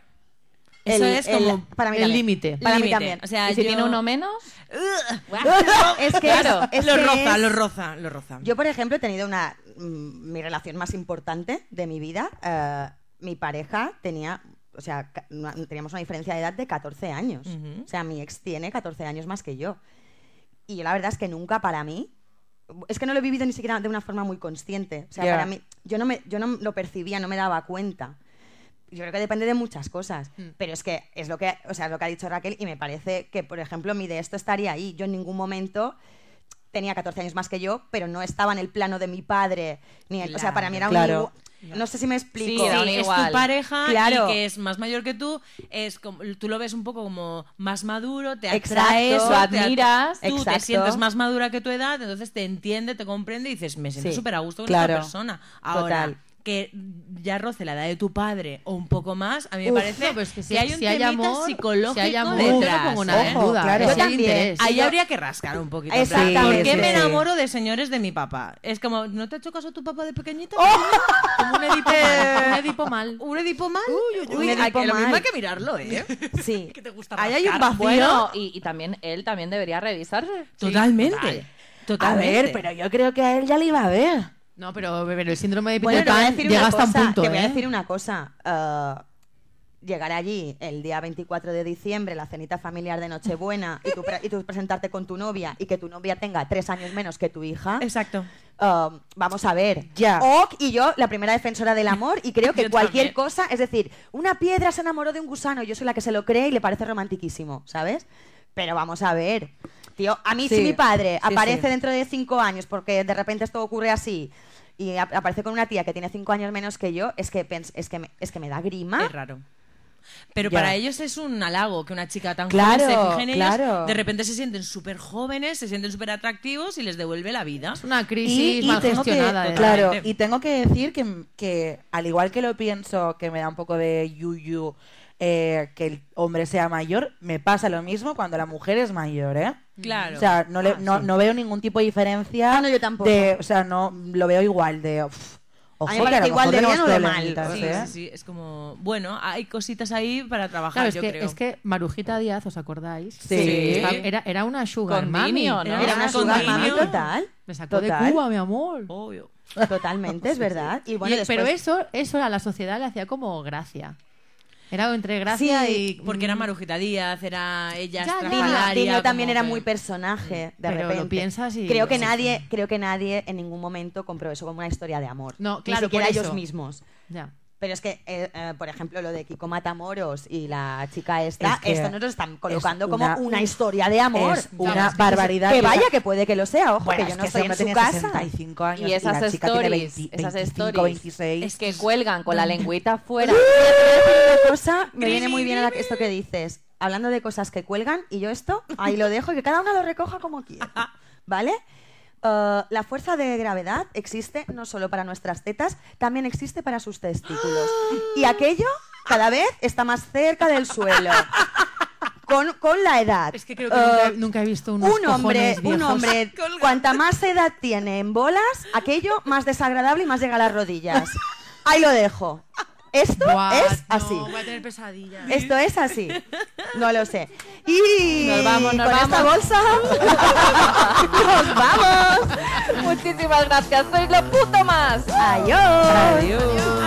El-
Eso es
el-
como...
para mí
el
también.
límite.
Para mí
límite.
también.
O sea,
¿Y si
yo-
tiene uno menos?
[LAUGHS] Es que
Claro,
es, es
lo
que
roza,
es-
lo roza, lo roza.
Yo, por ejemplo, he tenido una. mm, Mi relación más importante de mi vida. eh, mi pareja tenía. O sea, ca- una- teníamos una diferencia de edad de 14 años.
Ujú.
O sea, mi ex tiene 14 años más que yo. Y yo, la verdad es que nunca para mí. Es que no lo he vivido ni siquiera de una forma muy consciente. O sea,
Ya.
para mí. Yo no, me, yo no lo percibía, no me daba cuenta. Yo creo que depende de muchas cosas,
Hmm.
pero es que es lo que, o sea, es lo que ha dicho Raquel y me parece que, por ejemplo, mi de esto estaría ahí. Yo en ningún momento tenía 14 años más que yo, pero no estaba en el plano de mi padre. Ni el- o sea, para mí era un...
Claro.
igu- No sé si me explico.
Sí,
Sí,
da
es
igual.
tu pareja
Claro.
y que es más mayor que tú, es como, tú lo ves un poco como más maduro, te
Exacto.
atrae eso,
Lo
te at-
admiras.
tú
Exacto.
te sientes más madura que tu edad, entonces te entiende, te comprende y dices, me siento
Sí,
súper a gusto con
claro.
esta persona. Ahora,
Total.
que ya roce la edad de tu padre o un poco más, a mí me
Uf,
parece
no, pero es que si,
hay un
si hay
temita
amor,
psicológico
si hay amor, yo
detrás,
no pongo nada
¿eh?
en
Ojo,
duda.
claro.
si
Yo
hay
también.
interés.
Ahí habría que rascar un poquito. en plan,
Exactamente.
¿Por qué me
Sí.
enamoro de señores de mi papá? Es como, ¿no te ha hecho caso tu papá de pequeñita?
Como un edipo mal. Un edipo mal.
[LAUGHS]
¿Un Edipo mal?
uy, un Edipo
hay que- lo
mal.
mismo hay que mirarlo, ¿eh? [LAUGHS]
Sí.
te gusta
Ahí hay un vacío.
Bueno, y, y también él también debería revisarse.
Totalmente.
A
Totalmente.
ver, pero yo creo que a él ya le iba a ver.
No, pero, pero el síndrome de Peter
Bueno, te voy a
Pan
decir
llega
una
hasta ¿eh?
cosa.
un punto.
te voy a
¿eh?
decir una cosa. eh, llegar allí el día 24 de diciembre, la cenita familiar de Nochebuena, y tú, pre- y tú presentarte con tu novia y que tu novia tenga tres años menos que tu hija.
Exacto.
Um, vamos a ver.
Ya.
Ok y yo, la primera defensora del amor, y creo que
Yo
cualquier
también.
cosa, es decir, una piedra se enamoró de un gusano, yo soy la que se lo cree y le parece romantiquísimo, ¿sabes? Pero vamos a ver. Tío, a mí si
Sí,
mi padre
sí,
aparece
sí.
dentro de cinco años, porque de repente esto ocurre así, y ap- aparece con una tía que tiene cinco años menos que yo, es que, pens- es que, me, es que me da grima.
Es raro. Pero
Ya.
para ellos es un halago que una chica tan
Claro,
joven se fije en ellos.
claro.
De repente se sienten súper jóvenes, se sienten súper atractivos y les devuelve la vida.
Es una crisis mal
tengo que,
gestionada. de-
total.
claro,
Totalmente.
y tengo que decir que, que al igual que lo pienso, que me da un poco de yuyu eh, que el hombre sea mayor, me pasa lo mismo cuando la mujer es mayor, ¿eh?
Claro.
O sea, no, le- no, no veo ningún tipo de diferencia.
Ah, no, yo tampoco.
de- o sea, no lo veo igual de. uf, ojo,
A mí me
que
parece
lo
igual de
mejor
bien o
tenemos
de mal,
problemitas,
sí,
¿eh?
sí, sí, es como, bueno, hay cositas ahí para trabajar,
Claro, es
yo
que,
creo.
es que Marujita Díaz, ¿os acordáis?
Sí.
Estaba- Era, era una sugar
Con
mami.
Dinio, ¿no?
Era una
Ah,
sugar
contigo.
mami total.
Me sacó
Total.
de Cuba, mi amor.
Obvio.
Totalmente, es verdad. Y bueno,
Y-
después-
Pero eso, eso a la sociedad le hacía como gracia. Era entre gracia
Sí,
y...
Porque era
mm,
Marujita Díaz, era ella
Ya,
Dino,
estrafalaria,
Dino también
como
era
que-
muy personaje, de
Pero lo
repente.
piensas y-
creo que
sí,
nadie, creo que nadie en ningún momento compró eso como una historia de amor.
No,
Ni
claro,
siquiera
por
ellos
eso.
mismos.
Ya.
Pero es que, eh, eh, por ejemplo, lo de Kiko Matamoros y la chica esta,
Es que
esto nos lo están colocando
es
como
una-
una historia de amor.
Es
Claro,
una
es que-
barbaridad.
Que vaya, que puede que lo sea, ojo,
Bueno,
que yo
es
no
ese
estoy en
hombre
su
tenía
casa.
65 años
Y esas
la chica tiene
stories,
20,
esas
25,
stories.
26.
Es que cuelgan con la lengüita
[LAUGHS]
fuera. [LAUGHS]
Una cosa, me viene muy bien a la- esto que dices. Hablando de cosas que cuelgan, y yo esto, ahí lo dejo, y que cada una lo recoja como quiera. ¿Vale? Eh, la fuerza de gravedad existe no solo para nuestras tetas, también existe para sus testículos. Y aquello cada vez está más cerca del suelo. Con, con la edad.
Es que creo que nunca,
Eh,
he- nunca he visto unos
un hombre,
cojones
un
viejos.
hombre, cuanta más edad tiene en bolas, aquello más desagradable y más llega a las rodillas. Ahí lo dejo. Esto
Buah,
es
no,
así.
voy a tener pesadillas.
Esto es así. No lo sé. Y
Nos vamos, nos
con esta
vamos. [LAUGHS]
bolsa nos vamos.
Muchísimas gracias, sois lo puto más.
Adiós.
Adiós.